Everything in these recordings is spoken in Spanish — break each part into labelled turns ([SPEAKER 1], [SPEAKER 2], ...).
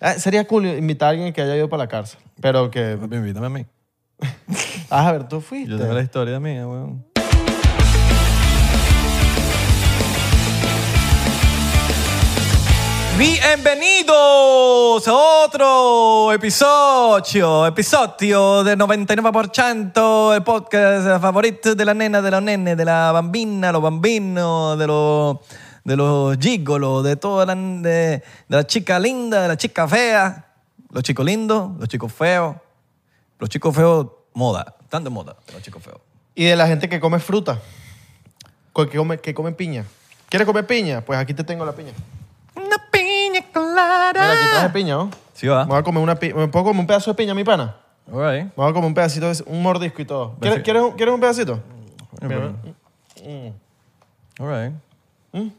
[SPEAKER 1] Ah, sería cool invitar a alguien que haya ido para la cárcel, pero que...
[SPEAKER 2] Papi, Invítame a mí.
[SPEAKER 1] Ah, a ver, tú fuiste.
[SPEAKER 2] Yo tengo la historia mía, weón. Bienvenidos a otro episodio, episodio del 99%, el podcast favorito de la nena, de los nenes, de la bambina, los bambinos, de los de los gigolos, de toda la, de, de la chica linda, de la chica fea, los chicos lindos, los chicos feos, los chicos feos moda, están de moda los chicos feos.
[SPEAKER 1] Y de la gente que come fruta, co- que come, que come piña. ¿Quieres comer piña? Pues aquí te tengo la piña.
[SPEAKER 2] Una piña
[SPEAKER 1] Mira, aquí traje
[SPEAKER 2] clara.
[SPEAKER 1] piña, ¿no?
[SPEAKER 2] Sí va.
[SPEAKER 1] Me voy a comer una piña. ¿Me puedo comer un pedazo de piña, mi pana?
[SPEAKER 2] All right.
[SPEAKER 1] Me voy a comer un pedacito, de- un mordisco y todo.
[SPEAKER 2] Perfecto.
[SPEAKER 1] ¿Quieres, quieres, un- quieres un pedacito? Mira,
[SPEAKER 2] All right. Mm.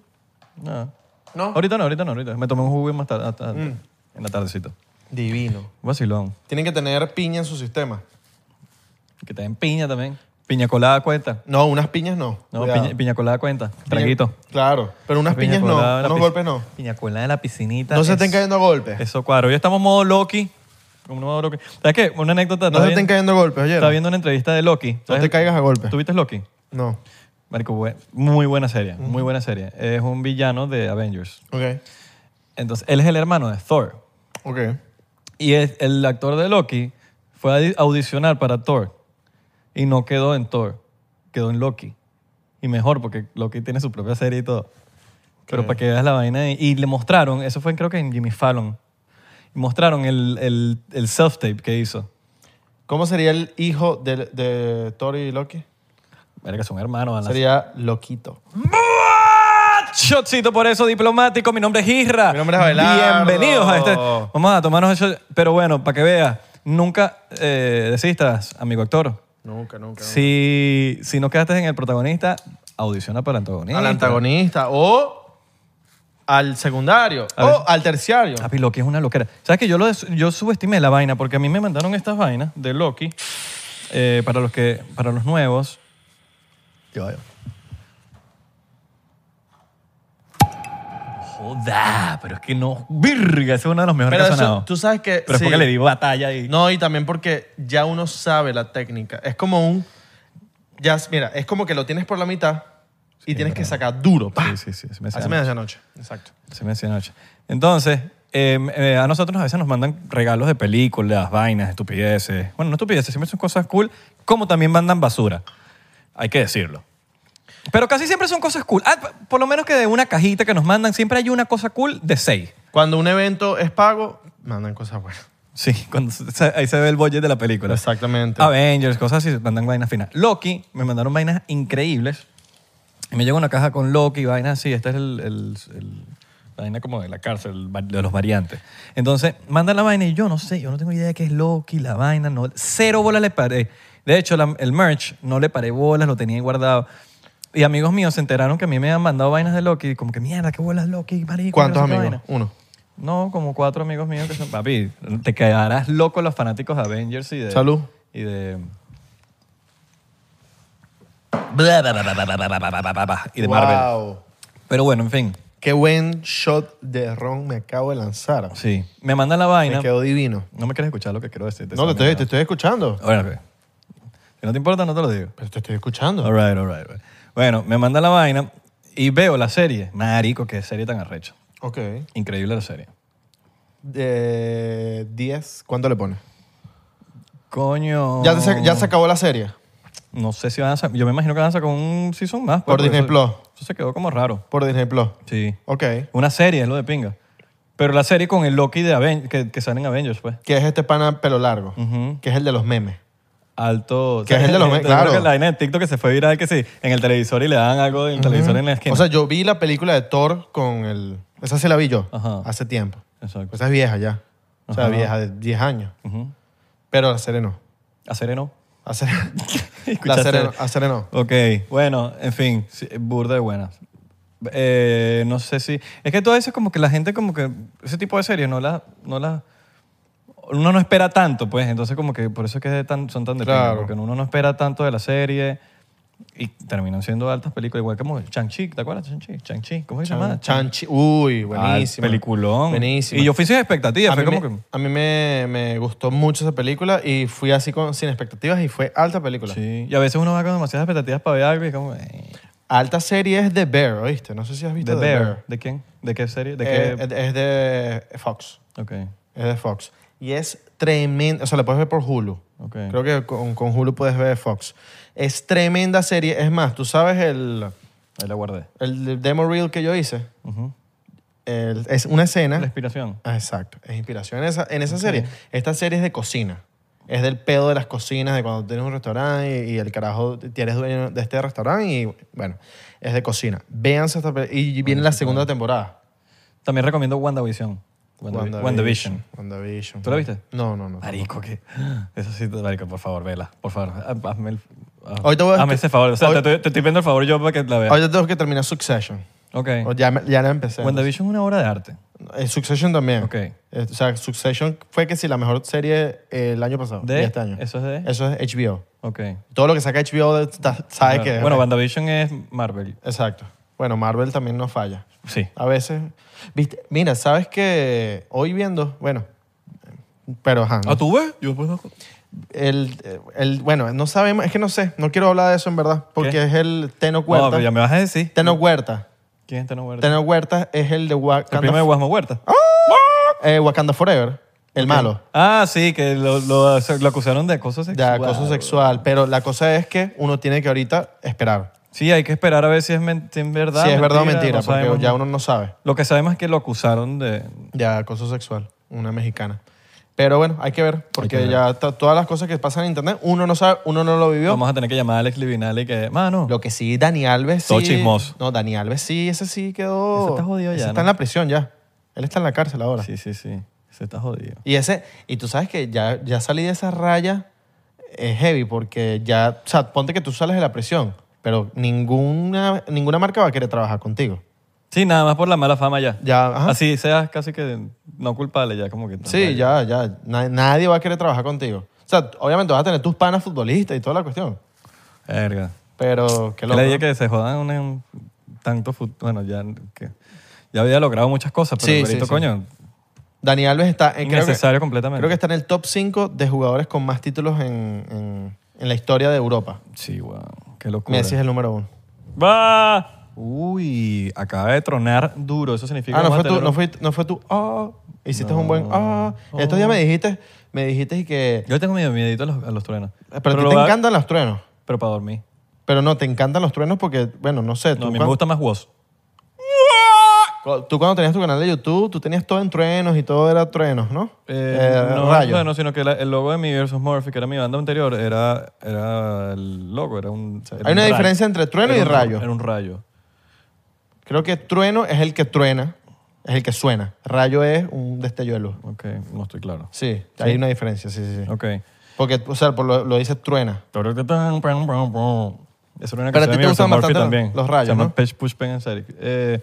[SPEAKER 2] No.
[SPEAKER 1] ¿No?
[SPEAKER 2] Ahorita no, ahorita no, ahorita. Me tomé un jugo y más tarde, hasta-
[SPEAKER 1] Mm.
[SPEAKER 2] en la tardecita.
[SPEAKER 1] Divino.
[SPEAKER 2] Vacilón.
[SPEAKER 1] Tienen que tener piña en su sistema.
[SPEAKER 2] Que te den piña también. Piña colada cuenta.
[SPEAKER 1] No, unas piñas no.
[SPEAKER 2] No,
[SPEAKER 1] Cuidado.
[SPEAKER 2] piña, piña colada cuenta.
[SPEAKER 1] Piña-
[SPEAKER 2] Traguito.
[SPEAKER 1] Claro, pero unas
[SPEAKER 2] Piña
[SPEAKER 1] piñas no,
[SPEAKER 2] colada de la
[SPEAKER 1] unos
[SPEAKER 2] pisc-
[SPEAKER 1] golpes no.
[SPEAKER 2] Piña colada de la piscinita.
[SPEAKER 1] No se
[SPEAKER 2] es-
[SPEAKER 1] estén cayendo a golpes.
[SPEAKER 2] Eso cuadro. Hoy estamos modo Loki. Como no modo Loki. ¿Sabes qué? Una anécdota.
[SPEAKER 1] No se
[SPEAKER 2] estaba
[SPEAKER 1] estén
[SPEAKER 2] viendo-
[SPEAKER 1] cayendo a golpes, oye.
[SPEAKER 2] Estaba viendo una entrevista de Loki.
[SPEAKER 1] No
[SPEAKER 2] ¿Sabes?
[SPEAKER 1] te caigas a golpes.
[SPEAKER 2] ¿Tú viste Loki?
[SPEAKER 1] No.
[SPEAKER 2] Marico, bu- muy buena serie. Muy buena serie. Es un villano de Avengers.
[SPEAKER 1] Ok.
[SPEAKER 2] Entonces, él es el hermano de Thor.
[SPEAKER 1] Ok.
[SPEAKER 2] Y es- el actor de Loki fue a di- audicionar para Thor. Y no quedó en Thor. Quedó en Loki. Y mejor, porque Loki tiene su propia serie y todo. Pero para que veas la vaina. de- Y le mostraron, eso fue creo que en Jimmy Fallon. Y mostraron el, el- el self-tape que hizo.
[SPEAKER 1] ¿Cómo sería el hijo de, de Thor y Loki?
[SPEAKER 2] Verga, que son hermanos. van a-
[SPEAKER 1] Sería Loquito.
[SPEAKER 2] Shotcito por eso, diplomático. Mi nombre es Isra.
[SPEAKER 1] Mi nombre es Abelardo.
[SPEAKER 2] Bienvenidos a este. Vamos a tomarnos el shot. Pero bueno, para que veas, nunca eh, desistas, amigo actor.
[SPEAKER 1] Nunca, nunca.
[SPEAKER 2] Si, si no quedaste en el protagonista, audiciona para el antagonista.
[SPEAKER 1] Al antagonista o al secundario
[SPEAKER 2] A ver. Ah,
[SPEAKER 1] o al terciario.
[SPEAKER 2] Papi, Loki es una loquera. ¿Sabes que yo, lo des- yo subestimé la vaina? Porque a mí me mandaron estas vainas de Loki eh, para, los que, para los nuevos. Yo, yo. Joda, pero es que no. Virga, ese es uno de los mejores
[SPEAKER 1] Pero
[SPEAKER 2] que ha
[SPEAKER 1] eso,
[SPEAKER 2] sonado.
[SPEAKER 1] tú sabes que...
[SPEAKER 2] Pero es
[SPEAKER 1] sí.
[SPEAKER 2] porque le di batalla y.
[SPEAKER 1] No, y también porque ya uno sabe la técnica. Es como un... Ya, mira, es como que lo tienes por la mitad y tienes que sacar duro. pa.
[SPEAKER 2] Sí, sí, sí. Se me hacía
[SPEAKER 1] Así me hace anoche. Exacto.
[SPEAKER 2] Se me hacía noche. Entonces, eh, eh, a nosotros a veces nos mandan regalos de películas, vainas, estupideces. Bueno, no estupideces, siempre son cosas cool, como también mandan basura. Hay que decirlo. Pero casi siempre son cosas cool. Ah, p- por lo menos que de una cajita que nos mandan, siempre hay una cosa cool de seis.
[SPEAKER 1] Cuando un evento es pago, mandan cosas buenas.
[SPEAKER 2] Sí, cuando se- ahí se ve el budget de la película.
[SPEAKER 1] Exactamente.
[SPEAKER 2] Avengers, cosas así, mandan vainas finas. Loki, me mandaron vainas increíbles. Y me llegó una caja con Loki, vainas así. Esta es el, el- el- la vaina como de la cárcel, va- de los variantes. Entonces, mandan la vaina y yo no sé, yo no tengo idea de qué es Loki, la vaina. No, cero bolas le paré. De hecho, la- el merch no le paré bolas, lo tenía ahí guardado. Y amigos míos se enteraron que a mí me han mandado vainas de Loki. y Como que mierda, qué bolas Loki, marico.
[SPEAKER 1] ¿Cuántos
[SPEAKER 2] no sé qué
[SPEAKER 1] amigos?
[SPEAKER 2] vaina".
[SPEAKER 1] Uno.
[SPEAKER 2] No, como cuatro amigos míos que son. Papi, te quedarás loco los fanáticos de Avengers y de.
[SPEAKER 1] Salud.
[SPEAKER 2] Y de. Y de Marvel.
[SPEAKER 1] Wow.
[SPEAKER 2] Pero bueno, en fin.
[SPEAKER 1] Qué buen shot de ron me acabo de lanzar.
[SPEAKER 2] Sí. Me mandan la
[SPEAKER 1] Me
[SPEAKER 2] vaina.
[SPEAKER 1] quedó divino.
[SPEAKER 2] No me quieres escuchar lo que quiero
[SPEAKER 1] No,
[SPEAKER 2] decirte.
[SPEAKER 1] te
[SPEAKER 2] solamente.
[SPEAKER 1] estoy, te estoy escuchando.
[SPEAKER 2] Bueno, ok. Si no te importa, no Oh. te lo digo.
[SPEAKER 1] Pero te estoy escuchando.
[SPEAKER 2] All right, all right, all right. Bueno, me manda la vaina y veo la serie. Marico, qué serie tan arrecha.
[SPEAKER 1] Ok.
[SPEAKER 2] Increíble la serie.
[SPEAKER 1] De 10, ¿cuánto le pones?
[SPEAKER 2] Coño.
[SPEAKER 1] Ya, se, ya se acabó la serie.
[SPEAKER 2] No sé si van a sacar. Yo me imagino que van a sacar un season más. pues,
[SPEAKER 1] Por Disney
[SPEAKER 2] eso-
[SPEAKER 1] Plus.
[SPEAKER 2] Eso se quedó como raro.
[SPEAKER 1] Por Disney Plus.
[SPEAKER 2] Sí.
[SPEAKER 1] Ok.
[SPEAKER 2] Una serie, es lo de pinga. Pero la serie con el Loki de Aven que, que sale en Avengers, pues.
[SPEAKER 1] Que es este pana pelo largo. Que es el de los memes.
[SPEAKER 2] Alto. o
[SPEAKER 1] Que
[SPEAKER 2] sea,
[SPEAKER 1] es el de los-
[SPEAKER 2] gente-
[SPEAKER 1] claro.
[SPEAKER 2] creo que La vaina de TikTok que se fue viral que sí, en el televisor y le dan algo en el televisor en la esquina.
[SPEAKER 1] O sea, yo vi la película de Thor con el... Esa sí la vi yo.
[SPEAKER 2] Ajá.
[SPEAKER 1] Hace tiempo.
[SPEAKER 2] Exacto.
[SPEAKER 1] Esa es vieja ya. O sea, vieja de 10 años. Pero la serie no.
[SPEAKER 2] A serie no.
[SPEAKER 1] La serie, la
[SPEAKER 2] Escuchaste.
[SPEAKER 1] serie no. La serie no.
[SPEAKER 2] Ok, bueno, en fin, sí, burda de buenas. Eh, no sé si... Es que todo eso es como que la gente como que... Ese tipo de series no la... No la uno no espera tanto, pues. Entonces como que por eso es que tan- son tan de pinga,
[SPEAKER 1] Claro.
[SPEAKER 2] Porque uno no espera tanto de la serie. Y terminan siendo altas películas, igual como Chang-Chi, ¿te acuerdas? Chang-Chi, Chang-Chi, ¿cómo se
[SPEAKER 1] Chan-
[SPEAKER 2] llama?
[SPEAKER 1] Chanchi. Uy, buenísimo.
[SPEAKER 2] Ah, peliculón.
[SPEAKER 1] Buenísimo.
[SPEAKER 2] Y yo fui sin expectativas.
[SPEAKER 1] a mí,
[SPEAKER 2] Fue como
[SPEAKER 1] me,
[SPEAKER 2] que.
[SPEAKER 1] a mí me, me gustó mucho esa película y fui así con, sin expectativas y fue alta película.
[SPEAKER 2] Sí. Y a veces uno va con demasiadas expectativas para ver algo y es como. eh,
[SPEAKER 1] Alta serie es The Bear, ¿oíste? No sé si has visto
[SPEAKER 2] The Bear. ¿De quién? ¿De qué serie? ¿De
[SPEAKER 1] Eh,
[SPEAKER 2] qué?
[SPEAKER 1] es de Fox.
[SPEAKER 2] Ok,
[SPEAKER 1] Es de Fox. Y es tremenda. O sea, la puedes ver por Hulu.
[SPEAKER 2] ok.
[SPEAKER 1] Creo que con, con Hulu puedes ver Fox. Es tremenda serie. Es más, tú sabes el,
[SPEAKER 2] Ahí la guardé.
[SPEAKER 1] el demo reel que yo hice.
[SPEAKER 2] Ujú.
[SPEAKER 1] El- es una
[SPEAKER 2] La
[SPEAKER 1] escena.
[SPEAKER 2] inspiración.
[SPEAKER 1] Ah, exacto. Es inspiración en esa, en esa
[SPEAKER 2] Ok.
[SPEAKER 1] serie. Esta serie es de cocina. Es del pedo de las cocinas, de cuando tienes un restaurante y, y el carajo, te- eres dueño de este restaurante y bueno, es de cocina. Véanse esta peli- Y viene la segunda temporada.
[SPEAKER 2] También recomiendo WandaVision. Wanda- WandaVision.
[SPEAKER 1] WandaVision.
[SPEAKER 2] ¿Tú la viste? Ah,
[SPEAKER 1] No, no, no.
[SPEAKER 2] Marico, que. Eso sí, marico, por favor, vela. Por favor, ha- hazme el. ha-
[SPEAKER 1] Hoy te voy a-
[SPEAKER 2] hazme ese favor. O sea,
[SPEAKER 1] hoy-
[SPEAKER 2] te, estoy- te estoy pidiendo el favor yo para que la veas.
[SPEAKER 1] Ahorita tengo que terminar Succession.
[SPEAKER 2] Ok.
[SPEAKER 1] O ya, me- ya la empecé.
[SPEAKER 2] WandaVision es una obra de arte.
[SPEAKER 1] Eh, Succession también.
[SPEAKER 2] Ok.
[SPEAKER 1] Eh, o sea, Succession fue que sí, la mejor serie eh, el año pasado.
[SPEAKER 2] De-
[SPEAKER 1] y este año.
[SPEAKER 2] ¿Eso es de?
[SPEAKER 1] Eso es HBO.
[SPEAKER 2] Ok.
[SPEAKER 1] Todo lo que saca HBO de- ta- sabe Ah, que...
[SPEAKER 2] Bueno, WandaVision es Marvel.
[SPEAKER 1] Exacto. Bueno, Marvel también no falla.
[SPEAKER 2] Sí.
[SPEAKER 1] A veces... ¿viste? Mira, ¿sabes que Hoy viendo... Bueno, pero ajá. ¿no?
[SPEAKER 2] ¿A tú ves? Yo pues no.
[SPEAKER 1] El, el- bueno, no sabemos... Es que no sé. No quiero hablar de eso en verdad. Porque
[SPEAKER 2] ¿Qué?
[SPEAKER 1] es el Teno
[SPEAKER 2] No,
[SPEAKER 1] Huerta.
[SPEAKER 2] Ah, pero ya me vas a decir.
[SPEAKER 1] Teno Huerta.
[SPEAKER 2] ¿Quién es Teno Huerta?
[SPEAKER 1] Teno Huerta es el de
[SPEAKER 2] El
[SPEAKER 1] Wakanda,
[SPEAKER 2] primo de Guasmo Huerta.
[SPEAKER 1] eh, Wakanda Forever. El Ah, malo.
[SPEAKER 2] Ah, sí, que lo, lo, lo acusaron de acoso
[SPEAKER 1] de
[SPEAKER 2] sexual.
[SPEAKER 1] acoso sexual. Pero la cosa es que uno tiene que ahorita esperar.
[SPEAKER 2] Sí, hay que esperar a ver si es, men- si es verdad.
[SPEAKER 1] si es verdad o mentira,
[SPEAKER 2] no
[SPEAKER 1] porque
[SPEAKER 2] sabemos.
[SPEAKER 1] ya uno no sabe.
[SPEAKER 2] Lo que sabemos es que lo acusaron de...
[SPEAKER 1] De acoso sexual, una mexicana. Pero bueno, hay que ver, porque
[SPEAKER 2] ver.
[SPEAKER 1] ya to- todas las cosas que pasan en internet, uno no sabe, uno no lo vivió.
[SPEAKER 2] Vamos a tener que llamar a Alex Libinale y que, mano,
[SPEAKER 1] Lo que sí, Dani Alves sí.
[SPEAKER 2] Todo chismoso.
[SPEAKER 1] No, Dani Alves sí, ese sí quedó.
[SPEAKER 2] Ese está jodido
[SPEAKER 1] Ese
[SPEAKER 2] ya,
[SPEAKER 1] está en
[SPEAKER 2] ¿no?
[SPEAKER 1] la prisión ya. Él está en la cárcel ahora.
[SPEAKER 2] sí, sí, sí, se está jodido.
[SPEAKER 1] Y ese, y tú sabes que ya, ya salí de esa raya es heavy porque ya, o sea, ponte que tú sales de la prisión, pero ninguna, ninguna marca va a querer trabajar contigo.
[SPEAKER 2] Sí, nada más por la mala fama ya.
[SPEAKER 1] Ya, ajá.
[SPEAKER 2] Así seas casi que no culpable ya, como que...
[SPEAKER 1] Sí, ya, ya. Na- nadie va a querer trabajar contigo. O sea, obviamente vas a tener tus panas futbolistas y toda la cuestión.
[SPEAKER 2] Verga.
[SPEAKER 1] Pero, qué
[SPEAKER 2] Que
[SPEAKER 1] loco.
[SPEAKER 2] la idea
[SPEAKER 1] ¿no?
[SPEAKER 2] que se jodan un, un- tanto... fut- Bueno, ya, que, ya había logrado muchas cosas, pero
[SPEAKER 1] Sí,
[SPEAKER 2] el
[SPEAKER 1] sí,
[SPEAKER 2] Berito,
[SPEAKER 1] sí.
[SPEAKER 2] coño,
[SPEAKER 1] Dani Alves está en, creo que,
[SPEAKER 2] innecesario completamente.
[SPEAKER 1] creo que está en el top 5 de jugadores con más títulos en, en- en la historia de Europa.
[SPEAKER 2] Sí, wow, qué locura.
[SPEAKER 1] Messi es el número uno.
[SPEAKER 2] ¡Va! Uy, acaba de tronar duro. Eso significa
[SPEAKER 1] Ah,
[SPEAKER 2] que
[SPEAKER 1] no
[SPEAKER 2] vamos
[SPEAKER 1] fue,
[SPEAKER 2] a
[SPEAKER 1] tú,
[SPEAKER 2] tener
[SPEAKER 1] no,
[SPEAKER 2] un-
[SPEAKER 1] fue, no fue tú. Ah, hiciste un buen. Ah, estos días me dijiste, me dijiste que.
[SPEAKER 2] Yo tengo medio miedito a los, a los truenos.
[SPEAKER 1] Eh, Pero, a ti
[SPEAKER 2] lo
[SPEAKER 1] te
[SPEAKER 2] va-
[SPEAKER 1] encantan los truenos.
[SPEAKER 2] Pero para dormir.
[SPEAKER 1] Pero no, te encantan los truenos porque, bueno, no sé.
[SPEAKER 2] No,
[SPEAKER 1] Tú,
[SPEAKER 2] a mí me
[SPEAKER 1] cuan-
[SPEAKER 2] gusta más Woz.
[SPEAKER 1] cu- tú cuando tenías tu canal de YouTube, tú tenías todo en truenos y todo era truenos, ¿no?
[SPEAKER 2] Eh,
[SPEAKER 1] Eh,
[SPEAKER 2] no,
[SPEAKER 1] rayos.
[SPEAKER 2] bueno, sino que la- el logo de mi versus Murphy, que era mi banda anterior, era, era el logo, era un. era
[SPEAKER 1] Hay una
[SPEAKER 2] un rayo.
[SPEAKER 1] diferencia entre trueno
[SPEAKER 2] Era
[SPEAKER 1] y
[SPEAKER 2] un-
[SPEAKER 1] rayo.
[SPEAKER 2] Era un rayo.
[SPEAKER 1] Creo que trueno es el que truena, es el que suena. Rayo es un destello de luz.
[SPEAKER 2] Ok, no estoy claro.
[SPEAKER 1] Sí, hay una diferencia, sí, sí, sí.
[SPEAKER 2] Ok.
[SPEAKER 1] Porque, o sea, por lo, lo dice truena.
[SPEAKER 2] Eso era una
[SPEAKER 1] Pero a
[SPEAKER 2] canción
[SPEAKER 1] ti
[SPEAKER 2] de mi
[SPEAKER 1] te gustan
[SPEAKER 2] versus Murphy
[SPEAKER 1] bastante los-
[SPEAKER 2] también.
[SPEAKER 1] los rayos,
[SPEAKER 2] Se llama
[SPEAKER 1] ¿no?
[SPEAKER 2] Pitch Push Pen and Static. Eh,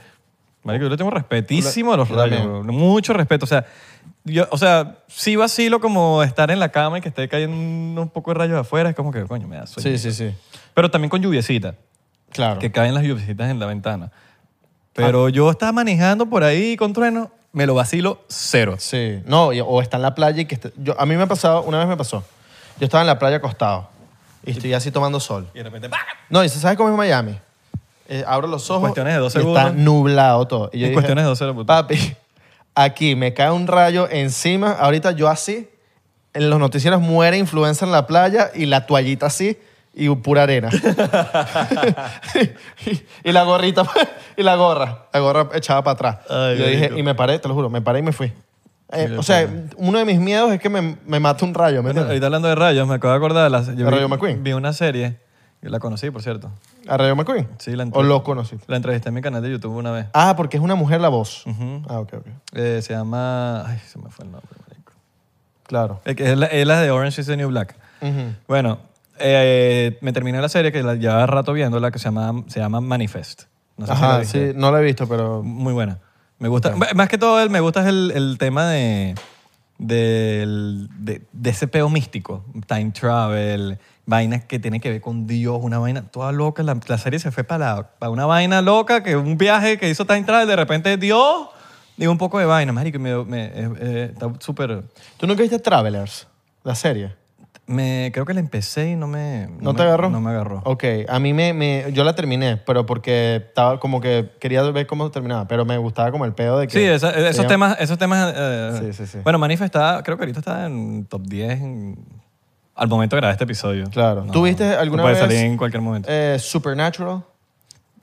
[SPEAKER 2] marico, yo le tengo respetísimo a los
[SPEAKER 1] Yo
[SPEAKER 2] rayos.
[SPEAKER 1] también.
[SPEAKER 2] bro. Mucho respeto. O sea, yo, o sea, sí vacilo como estar en la cama y que esté cayendo un poco de rayos afuera. Es como que, coño, me da sueño.
[SPEAKER 1] Sí, sí, sí.
[SPEAKER 2] Pero también con lluviecita.
[SPEAKER 1] Claro. Ah.
[SPEAKER 2] que caen las lluviecitas en la ventana. Pero yo estaba manejando por ahí con trueno, me lo vacilo cero.
[SPEAKER 1] Sí. No, y- o está en la playa y que... está- yo, a mí me ha pasado, una vez me pasó. Yo estaba en la playa acostado y estoy así tomando sol.
[SPEAKER 2] Y de repente,
[SPEAKER 1] No, y ¿sabes cómo es Miami? Eh, abro los ojos
[SPEAKER 2] cuestiones de dos
[SPEAKER 1] y está
[SPEAKER 2] segundos.
[SPEAKER 1] nublado todo. Y yo
[SPEAKER 2] En
[SPEAKER 1] dije,
[SPEAKER 2] cuestiones de dos segundos.
[SPEAKER 1] Papi, aquí me cae un rayo encima. Ahorita yo así, en los noticieros muere influenza en la playa y la toallita así y pura arena. y, la gorrita, y la gorra, la gorra echada para atrás.
[SPEAKER 2] Ay,
[SPEAKER 1] yo
[SPEAKER 2] marico.
[SPEAKER 1] dije, y me paré, te lo juro, me paré y me fui. Eh,
[SPEAKER 2] Sí, yo
[SPEAKER 1] o sea, uno de mis miedos es que me, me mate un rayo, ¿me entiendes?
[SPEAKER 2] Ahorita hablando de rayos, me acabo de acordar de las. yo
[SPEAKER 1] ¿De
[SPEAKER 2] vi-
[SPEAKER 1] Rayo McQueen?
[SPEAKER 2] Vi una serie, yo la conocí, por cierto.
[SPEAKER 1] ¿A Rayo McQueen?
[SPEAKER 2] Sí, la
[SPEAKER 1] ¿O
[SPEAKER 2] entrevisté.
[SPEAKER 1] lo conociste?
[SPEAKER 2] La entrevisté en mi canal de YouTube una vez.
[SPEAKER 1] Ah, porque es una mujer la voz. Ah, ok, ok.
[SPEAKER 2] Eh, se llama. Ay, se me fue el nombre, marico.
[SPEAKER 1] Claro.
[SPEAKER 2] Es, que es la, es la de Orange is the New Black.
[SPEAKER 1] Ujú.
[SPEAKER 2] Bueno, eh, me terminé la serie que la llevaba rato viendo, la que se llama, se llama Manifest. No sé si la
[SPEAKER 1] Ajá,
[SPEAKER 2] viste.
[SPEAKER 1] sí, no la he visto, pero.
[SPEAKER 2] Muy buena. Me gusta. M- Más que todo, el- me gusta es el, el tema de, del- de, de ese peo místico. Time travel, vainas que tienen que ver con Dios, una vaina toda loca. La, la serie se fue para, para una vaina loca, que un viaje que hizo tan y de repente Dios, digo un poco de vaina, marico, y me, me- eh, eh, está súper...
[SPEAKER 1] ¿Tú nunca viste Travelers, la serie?
[SPEAKER 2] me- Creo que la empecé y no me...
[SPEAKER 1] ¿No,
[SPEAKER 2] me-
[SPEAKER 1] te agarró?
[SPEAKER 2] No me agarró.
[SPEAKER 1] Ok, a mí me, me- Yo la terminé, pero porque estaba como que quería ver cómo terminaba, pero me gustaba como el pedo de que...
[SPEAKER 2] Sí, esa- esos
[SPEAKER 1] tenía-
[SPEAKER 2] temas... Esos temas eh,
[SPEAKER 1] Sí, sí, sí.
[SPEAKER 2] Bueno, Manifa está, creo que ahorita está en top 10 en- al momento de grabar este episodio.
[SPEAKER 1] Claro.
[SPEAKER 2] No,
[SPEAKER 1] ¿Tú viste alguna
[SPEAKER 2] puede
[SPEAKER 1] vez
[SPEAKER 2] salir en cualquier momento.
[SPEAKER 1] eh, Supernatural?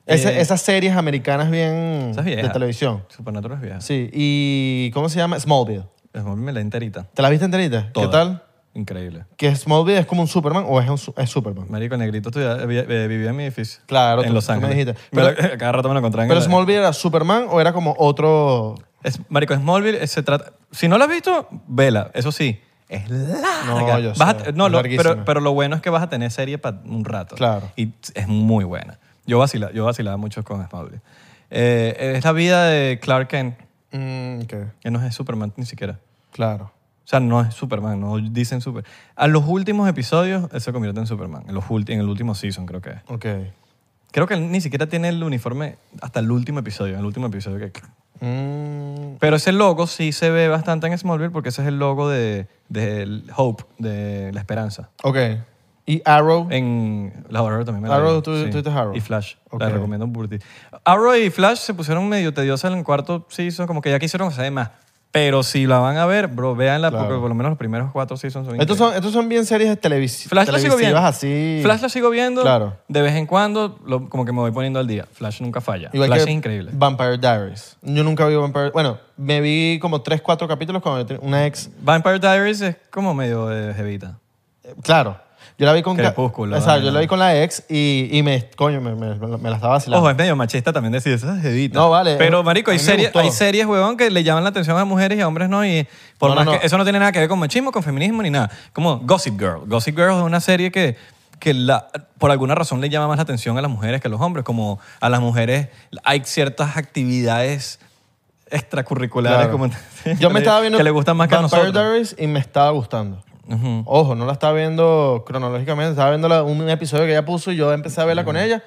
[SPEAKER 1] Ese-
[SPEAKER 2] Eh,
[SPEAKER 1] esas series americanas bien
[SPEAKER 2] Esa es vieja.
[SPEAKER 1] de televisión.
[SPEAKER 2] Supernatural es vieja.
[SPEAKER 1] Sí, y ¿cómo se llama? Smallville.
[SPEAKER 2] Es me la enterita.
[SPEAKER 1] ¿Te la viste enterita?
[SPEAKER 2] Toda.
[SPEAKER 1] ¿Qué tal?
[SPEAKER 2] Increíble.
[SPEAKER 1] ¿Que Smallville es como un Superman o es, un su- es Superman?
[SPEAKER 2] Marico, el negrito estudia- eh, vi- eh, vivía en mi edificio.
[SPEAKER 1] Claro,
[SPEAKER 2] En
[SPEAKER 1] tú-
[SPEAKER 2] Los
[SPEAKER 1] tú me
[SPEAKER 2] Ángeles.
[SPEAKER 1] dijiste.
[SPEAKER 2] Me lo- cada rato me lo encontraba en
[SPEAKER 1] ¿Pero
[SPEAKER 2] la-
[SPEAKER 1] Smallville era Superman o era como otro...?
[SPEAKER 2] es- Marico, Smallville eh, se trata... Si no lo has visto, vela. Eso sí, es larga.
[SPEAKER 1] No, yo
[SPEAKER 2] Vas a-
[SPEAKER 1] sé,
[SPEAKER 2] no,
[SPEAKER 1] es
[SPEAKER 2] lo-
[SPEAKER 1] larguísima.
[SPEAKER 2] pero, pero lo bueno es que vas a tener serie para un rato.
[SPEAKER 1] Claro.
[SPEAKER 2] Y t- es muy buena. Yo vacilaba, yo vacilaba mucho con Smallville. Eh, es la vida de Clark Kent,
[SPEAKER 1] Mm, ok,
[SPEAKER 2] que no es Superman ni siquiera.
[SPEAKER 1] claro.
[SPEAKER 2] O sea, no es Superman, no dicen Super. A los últimos episodios, él se convierte en Superman. En, los ulti- en el último season, creo que es.
[SPEAKER 1] Ok.
[SPEAKER 2] Creo que él ni siquiera tiene el uniforme hasta el último episodio. En el último episodio que...
[SPEAKER 1] Mm,
[SPEAKER 2] Pero ese logo sí se ve bastante en Smallville porque ese es el logo de, del Hope, de la esperanza.
[SPEAKER 1] ok. ¿Y Arrow?
[SPEAKER 2] En la Arrow también me la
[SPEAKER 1] Arrow,
[SPEAKER 2] vi,
[SPEAKER 1] tú- tú viste Arrow.
[SPEAKER 2] Y Flash,
[SPEAKER 1] Ok.
[SPEAKER 2] la recomiendo burti. Arrow y Flash se pusieron medio tediosas en el cuarto season, como que ya quisieron hacer más. Pero si la van a ver, bro, véanla porque por lo menos los primeros cuatro seasons son
[SPEAKER 1] Estos
[SPEAKER 2] increíbles.
[SPEAKER 1] son, estos son bien series de televis
[SPEAKER 2] Flash la sigo
[SPEAKER 1] televisivas
[SPEAKER 2] viendo.
[SPEAKER 1] así.
[SPEAKER 2] Flash la sigo viendo.
[SPEAKER 1] Claro.
[SPEAKER 2] De vez en cuando, lo- como que me voy poniendo al día. Flash nunca falla.
[SPEAKER 1] Igual
[SPEAKER 2] Flash
[SPEAKER 1] que
[SPEAKER 2] es increíble.
[SPEAKER 1] Vampire Diaries. Yo nunca vi Vampire... Bueno, me vi como tres, cuatro capítulos cuando yo tenía una ex...
[SPEAKER 2] Vampire Diaries es como medio de jevita.
[SPEAKER 1] eh, Claro. Yo la vi con... ca-
[SPEAKER 2] Crepúsculo,
[SPEAKER 1] Exacto,
[SPEAKER 2] vaina.
[SPEAKER 1] yo la vi con la ex y, y me... Coño, me, me, me la estaba vacilando.
[SPEAKER 2] Ojo, es medio machista también decir eso es jevita.
[SPEAKER 1] No, vale. eh,
[SPEAKER 2] Pero, marico,
[SPEAKER 1] A
[SPEAKER 2] hay
[SPEAKER 1] mí me
[SPEAKER 2] series,
[SPEAKER 1] gustó.
[SPEAKER 2] hay series, huevón, que le llaman la atención a mujeres y a hombres no. Y por
[SPEAKER 1] No,
[SPEAKER 2] más
[SPEAKER 1] no,
[SPEAKER 2] que
[SPEAKER 1] no.
[SPEAKER 2] eso no tiene nada que ver con machismo, con feminismo ni nada. Como Gossip Girl. Gossip Girl es una serie que, que la- por alguna razón le llama más la atención a las mujeres que a los hombres. Como a las mujeres hay ciertas actividades extracurriculares
[SPEAKER 1] Claro.
[SPEAKER 2] como
[SPEAKER 1] Yo me estaba viendo
[SPEAKER 2] que le gustan más que a
[SPEAKER 1] Vampire
[SPEAKER 2] nosotros.
[SPEAKER 1] Diaries y me estaba gustando. Ojo, no la estaba viendo cronológicamente, estaba viendo la- un episodio que ella puso y yo empecé a verla con ella.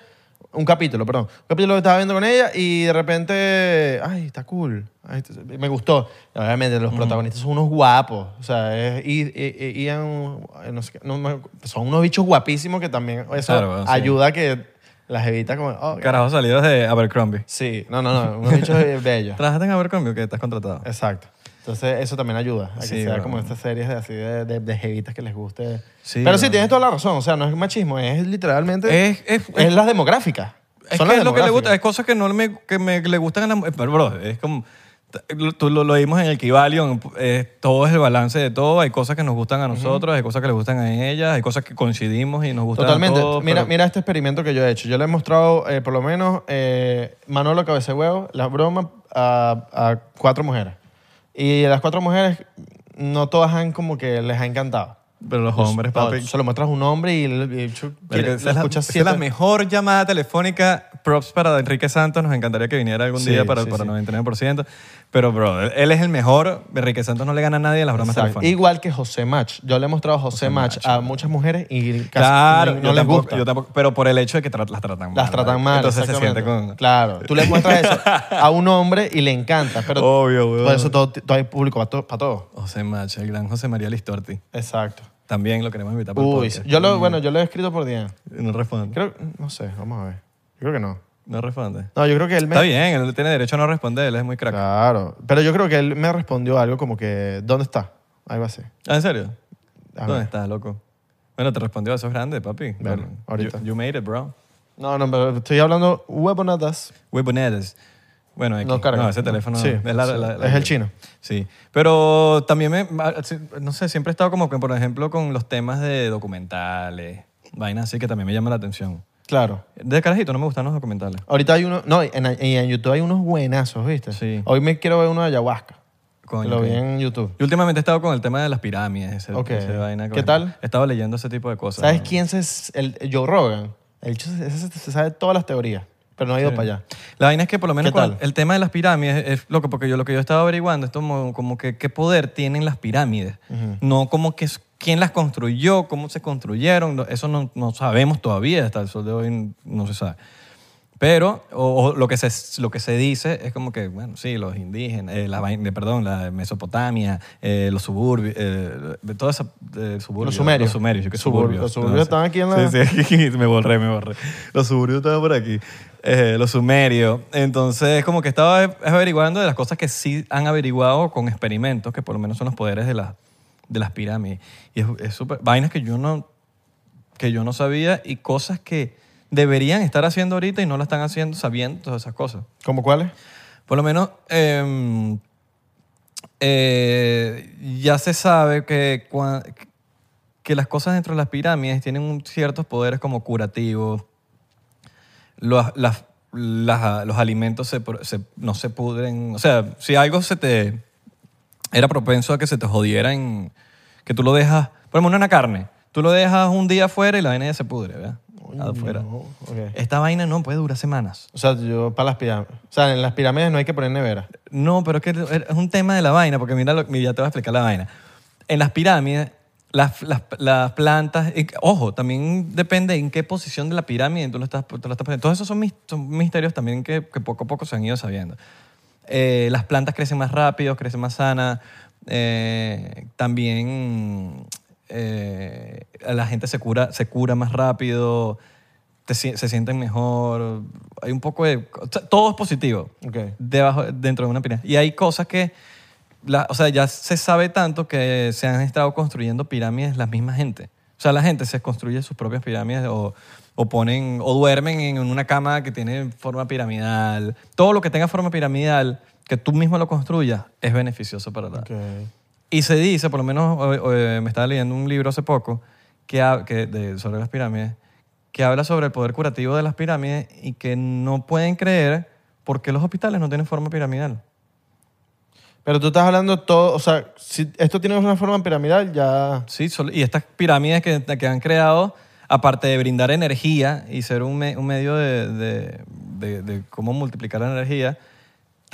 [SPEAKER 1] Un capítulo, perdón. Un capítulo que estaba viendo con ella y de repente, ay, está cool. Ay, t- me gustó. Obviamente, los protagonistas son unos guapos. O sea, es I- I- I- Ian, eh, no sé qué, no me- son unos bichos guapísimos que también eso
[SPEAKER 2] Claro, bueno, sí.
[SPEAKER 1] ayuda a que las evita como... oh,
[SPEAKER 2] Carajo, salidos de Abercrombie.
[SPEAKER 1] sí, no, no, no, unos bichos eh, bellos.
[SPEAKER 2] ¿Trabajaste en Abercrombie o que estás contratado?
[SPEAKER 1] Exacto. Entonces, eso también ayuda a que
[SPEAKER 2] Sí,
[SPEAKER 1] sea
[SPEAKER 2] bro.
[SPEAKER 1] como estas series de, así de, de, de jevitas que les guste.
[SPEAKER 2] Sí,
[SPEAKER 1] Pero
[SPEAKER 2] bro.
[SPEAKER 1] sí, tienes toda la razón. O sea, no es machismo, es literalmente.
[SPEAKER 2] Es- es-
[SPEAKER 1] es las demográficas.
[SPEAKER 2] Es
[SPEAKER 1] Son
[SPEAKER 2] que
[SPEAKER 1] las
[SPEAKER 2] es lo que le gusta,
[SPEAKER 1] demográficas.
[SPEAKER 2] es cosas que no me, que me que le gustan a las mujeres. Pero, bro, es como. lo- Tú lo, lo vimos en el Kivalion, todo es el balance de todo. Hay cosas que nos gustan a nosotros, hay cosas que le gustan a ellas, hay cosas que coincidimos y nos gustan
[SPEAKER 1] Totalmente.
[SPEAKER 2] a todos.
[SPEAKER 1] mira,
[SPEAKER 2] pero-
[SPEAKER 1] mira este experimento que yo he hecho. Yo le he mostrado, eh, por lo menos, eh, Manolo Cabeza de Huevo, las bromas a, a cuatro mujeres. Y las cuatro mujeres, no todas han como que les ha encantado.
[SPEAKER 2] Pero los hombres,
[SPEAKER 1] No,
[SPEAKER 2] papi.
[SPEAKER 1] se lo muestras a un hombre y el bicho
[SPEAKER 2] Marico,
[SPEAKER 1] quiere-
[SPEAKER 2] esa es la,
[SPEAKER 1] escucha
[SPEAKER 2] esa es la
[SPEAKER 1] siete-
[SPEAKER 2] mejor llamada telefónica. Props para Enrique Santos. Nos encantaría que viniera algún
[SPEAKER 1] Sí,
[SPEAKER 2] día para,
[SPEAKER 1] sí,
[SPEAKER 2] para
[SPEAKER 1] sí.
[SPEAKER 2] 99%. Pero, bro, él, él es el mejor. Enrique Santos no le gana a nadie en las bromas
[SPEAKER 1] Exacto.
[SPEAKER 2] telefónicas.
[SPEAKER 1] Igual que José Match. Yo le he mostrado a José, Match, a muchas mujeres y casi
[SPEAKER 2] Claro,
[SPEAKER 1] no
[SPEAKER 2] yo
[SPEAKER 1] les
[SPEAKER 2] tampoco-
[SPEAKER 1] gusta.
[SPEAKER 2] yo tampoco- pero por el hecho de que tra- las tratan mal.
[SPEAKER 1] Las tratan
[SPEAKER 2] ¿no?
[SPEAKER 1] mal.
[SPEAKER 2] Entonces se siente
[SPEAKER 1] exactamente.
[SPEAKER 2] con...
[SPEAKER 1] Claro, tú le muestras eso a un hombre y le encanta. Pero
[SPEAKER 2] Obvio, Oh, weón.
[SPEAKER 1] Por eso todo, todo hay público para, to- para todo.
[SPEAKER 2] José Macha, el gran José María Listorti.
[SPEAKER 1] Exacto.
[SPEAKER 2] También lo queremos invitar para el
[SPEAKER 1] Uy,
[SPEAKER 2] podcast. Mm.
[SPEAKER 1] yo lo, bueno, yo lo he escrito por día.
[SPEAKER 2] No responde.
[SPEAKER 1] Creo, no sé, vamos a ver. Yo creo que no.
[SPEAKER 2] No responde.
[SPEAKER 1] No, yo creo que él me...
[SPEAKER 2] Está bien, él tiene derecho a no responder, él es muy crack.
[SPEAKER 1] Claro. Pero yo creo que él me respondió algo como que, ¿dónde está? Algo así.
[SPEAKER 2] Ah, ¿En serio?
[SPEAKER 1] A
[SPEAKER 2] ¿Dónde
[SPEAKER 1] ver.
[SPEAKER 2] estás, loco? Bueno, te respondió, eso es grande, papi.
[SPEAKER 1] Bueno,
[SPEAKER 2] You-
[SPEAKER 1] ahorita.
[SPEAKER 2] You, made it, bro.
[SPEAKER 1] No, no, pero estoy hablando huevonadas.
[SPEAKER 2] Webonetes. Bueno, X.
[SPEAKER 1] No carga.
[SPEAKER 2] ese teléfono
[SPEAKER 1] Sí,
[SPEAKER 2] es, la-
[SPEAKER 1] sí.
[SPEAKER 2] la- la-
[SPEAKER 1] Es el chino.
[SPEAKER 2] Sí. Pero también me. ah, No sé, siempre he estado como, que, por ejemplo, con los temas de documentales, vainas así que también me llama la atención.
[SPEAKER 1] Claro.
[SPEAKER 2] De carajito no me gustan los documentales.
[SPEAKER 1] Ahorita hay uno, no, en, y en YouTube hay unos buenazos, ¿viste?
[SPEAKER 2] Sí.
[SPEAKER 1] Hoy me quiero ver uno de ayahuasca.
[SPEAKER 2] Coño,
[SPEAKER 1] lo
[SPEAKER 2] qué-
[SPEAKER 1] vi en YouTube.
[SPEAKER 2] Yo últimamente he estado con el tema de las pirámides, ese,
[SPEAKER 1] Ok.
[SPEAKER 2] esa vaina. con-
[SPEAKER 1] ¿Qué tal?
[SPEAKER 2] He estado leyendo ese tipo de cosas.
[SPEAKER 1] ¿Sabes
[SPEAKER 2] ¿no?
[SPEAKER 1] quién es el Joe Rogan? El bicho se, ese se sabe todas las teorías, pero no ha ido para allá.
[SPEAKER 2] La vaina es que por lo menos
[SPEAKER 1] ¿Qué
[SPEAKER 2] con
[SPEAKER 1] tal?
[SPEAKER 2] el tema de las pirámides es lo que porque yo lo que yo estaba averiguando es como, como que qué poder tienen las pirámides, no como que es ¿Quién las construyó? ¿Cómo se construyeron? No- Eso no, no sabemos todavía, hasta el sol de hoy no se sabe. Pero o- o lo, que se, lo que se dice es como que, bueno, sí, los indígenas, eh, la, vaina- perdón, la Mesopotamia, eh, los suburbios, eh, de toda esa... eh, suburbio,
[SPEAKER 1] Los sumerios.
[SPEAKER 2] Los sumerios, yo que
[SPEAKER 1] Subur-
[SPEAKER 2] suburbios.
[SPEAKER 1] los suburbios están aquí en la-
[SPEAKER 2] Sí, sí, aquí, me borré, me borré. Los suburbios estaban por aquí. Eh, los sumerios. Entonces, como que estaba averiguando de las cosas que sí han averiguado con experimentos, que por lo menos son los poderes de, las de las pirámides. Y es es súper... Vainas que yo no que yo no sabía y cosas que deberían estar haciendo ahorita y no la están haciendo sabiendo todas esas cosas.
[SPEAKER 1] ¿Cómo cuáles?
[SPEAKER 2] Por lo menos em, eh, ya se sabe que, cua- que las cosas dentro de las pirámides tienen un- ciertos poderes como curativos. Los, las- las- los alimentos se pro- se- no se pudren. O sea, si algo se te era propenso a que se te jodiera en... Que tú lo dejas... Por ejemplo, una carne. Tú lo dejas un día afuera y la vaina ya se pudre, ¿verdad? afuera.
[SPEAKER 1] No, ok.
[SPEAKER 2] Esta vaina no puede durar semanas.
[SPEAKER 1] O sea, yo para las pirámides. O sea, en las pirámides no hay que poner nevera.
[SPEAKER 2] No, pero es que es un tema de la vaina, porque mira, lo- mira, ya te voy a explicar la vaina. En las pirámides, las, las- las plantas, y- ojo, también depende en qué posición de la pirámide tú lo estás, tú lo estás poniendo. Todos esos son, mis- son misterios también que, que poco a poco se han ido sabiendo. Eh, las plantas crecen más rápido, crecen más sanas. eh, también eh, la gente se cura, se cura más rápido, te si- se sienten mejor. Hay un poco de... o sea, Todo es positivo
[SPEAKER 1] Ok.
[SPEAKER 2] debajo, dentro de una pirámide. Y hay cosas que, la- o sea, ya se sabe tanto que se han estado construyendo pirámides la misma gente. O sea, la gente se construye sus propias pirámides o, o ponen o duermen en una cama que tiene forma piramidal. Todo lo que tenga forma piramidal, que tú mismo lo construyas, es beneficioso para la,
[SPEAKER 1] Ok.
[SPEAKER 2] y se dice, por lo menos eh, eh, me estaba leyendo un libro hace poco que, hab- que de- sobre las pirámides, que habla sobre el poder curativo de las pirámides y que no pueden creer por qué los hospitales no tienen forma piramidal.
[SPEAKER 1] Pero tú estás hablando todo. O sea, si esto tiene una forma piramidal, ya.
[SPEAKER 2] Sí, solo- y estas pirámides que, que han creado, aparte de brindar energía y ser un, me- un medio de, de- de- de cómo multiplicar la energía,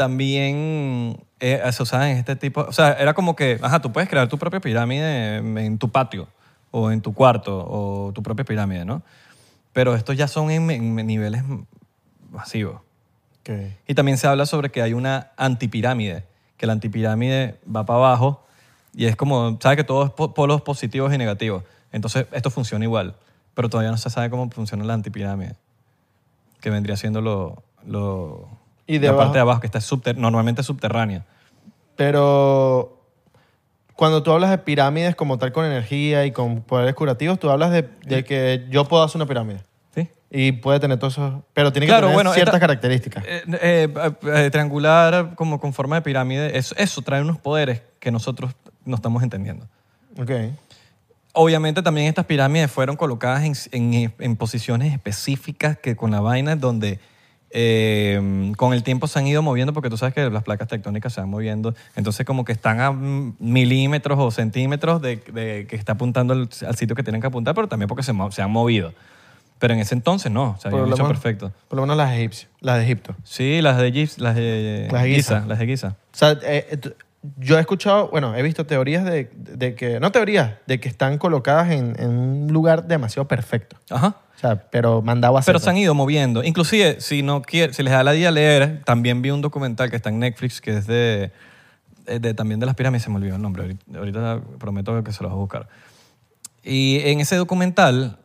[SPEAKER 2] también eh, se usaban en este tipo. O sea, era como que, ajá, tú puedes crear tu propia pirámide en, en tu patio o en tu cuarto o tu propia pirámide, ¿no? Pero estos ya son en- en niveles masivos.
[SPEAKER 1] Ok.
[SPEAKER 2] Y también se habla sobre que hay una antipirámide, que la antipirámide va para abajo y es como, ¿sabes que todos polos positivos y negativos? Entonces esto funciona igual, pero todavía no se sabe cómo funciona la antipirámide, que vendría siendo lo, lo-
[SPEAKER 1] Y de
[SPEAKER 2] la parte de
[SPEAKER 1] abajo.
[SPEAKER 2] abajo, que está subter- normalmente subterránea.
[SPEAKER 1] Pero. Cuando tú hablas de pirámides como tal con energía y con poderes curativos, tú hablas de, de que yo puedo hacer una pirámide.
[SPEAKER 2] ¿Sí?
[SPEAKER 1] Y puede tener todos esos. Pero tiene que
[SPEAKER 2] Claro,
[SPEAKER 1] tener
[SPEAKER 2] bueno,
[SPEAKER 1] ciertas
[SPEAKER 2] esta-
[SPEAKER 1] características.
[SPEAKER 2] Eh, eh, eh, eh, triangular como con forma de pirámide, eso, eso trae unos poderes que nosotros no estamos entendiendo.
[SPEAKER 1] Ok.
[SPEAKER 2] Obviamente también estas pirámides fueron colocadas en, en- en posiciones específicas que con la vaina donde eh, con el tiempo se han ido moviendo porque tú sabes que las placas tectónicas se van moviendo. Entonces como que están a mm, milímetros o centímetros de, de que está apuntando al, al sitio que tienen que apuntar, pero también porque se, mo- se han movido. Pero en ese entonces no, se habían
[SPEAKER 1] Por lo
[SPEAKER 2] hecho
[SPEAKER 1] menos-
[SPEAKER 2] perfecto.
[SPEAKER 1] Por lo menos las egipcias, las de Egipto.
[SPEAKER 2] Sí, las de, Giz- las de,
[SPEAKER 1] Las de Giza.
[SPEAKER 2] Giza, Las de Giza.
[SPEAKER 1] O sea, eh, eh, tú- yo he escuchado, bueno, he visto teorías de, de que, no teorías, de que están colocadas en, en un lugar demasiado perfecto.
[SPEAKER 2] Ajá.
[SPEAKER 1] O sea, pero mandado a hacer.
[SPEAKER 2] Pero se han ido moviendo. Inclusive, si no quiere, si les da la día leer, también vi un documental que está en Netflix que es de, eh, de- también de las pirámides, se me olvidó el nombre. Ahorita, ahorita prometo que se los voy a buscar. Y en ese documental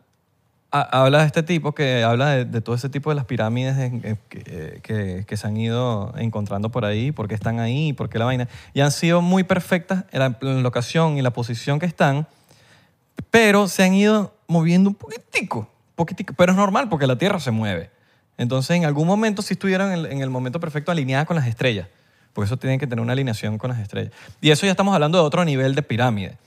[SPEAKER 2] ha- habla de este tipo que habla de, de todo ese tipo de las pirámides en- en- que, eh, que- que se han ido encontrando por ahí, por qué están ahí, por qué la vaina. Y han sido muy perfectas en la, en la locación y la posición que están pero se han ido moviendo un poquitico, poquitico, pero es normal porque la Tierra se mueve. Entonces, en algún momento sí estuvieron en el, en el momento perfecto alineada con las estrellas, porque eso tienen que tener una alineación con las estrellas. Y eso ya estamos hablando de otro nivel de pirámide.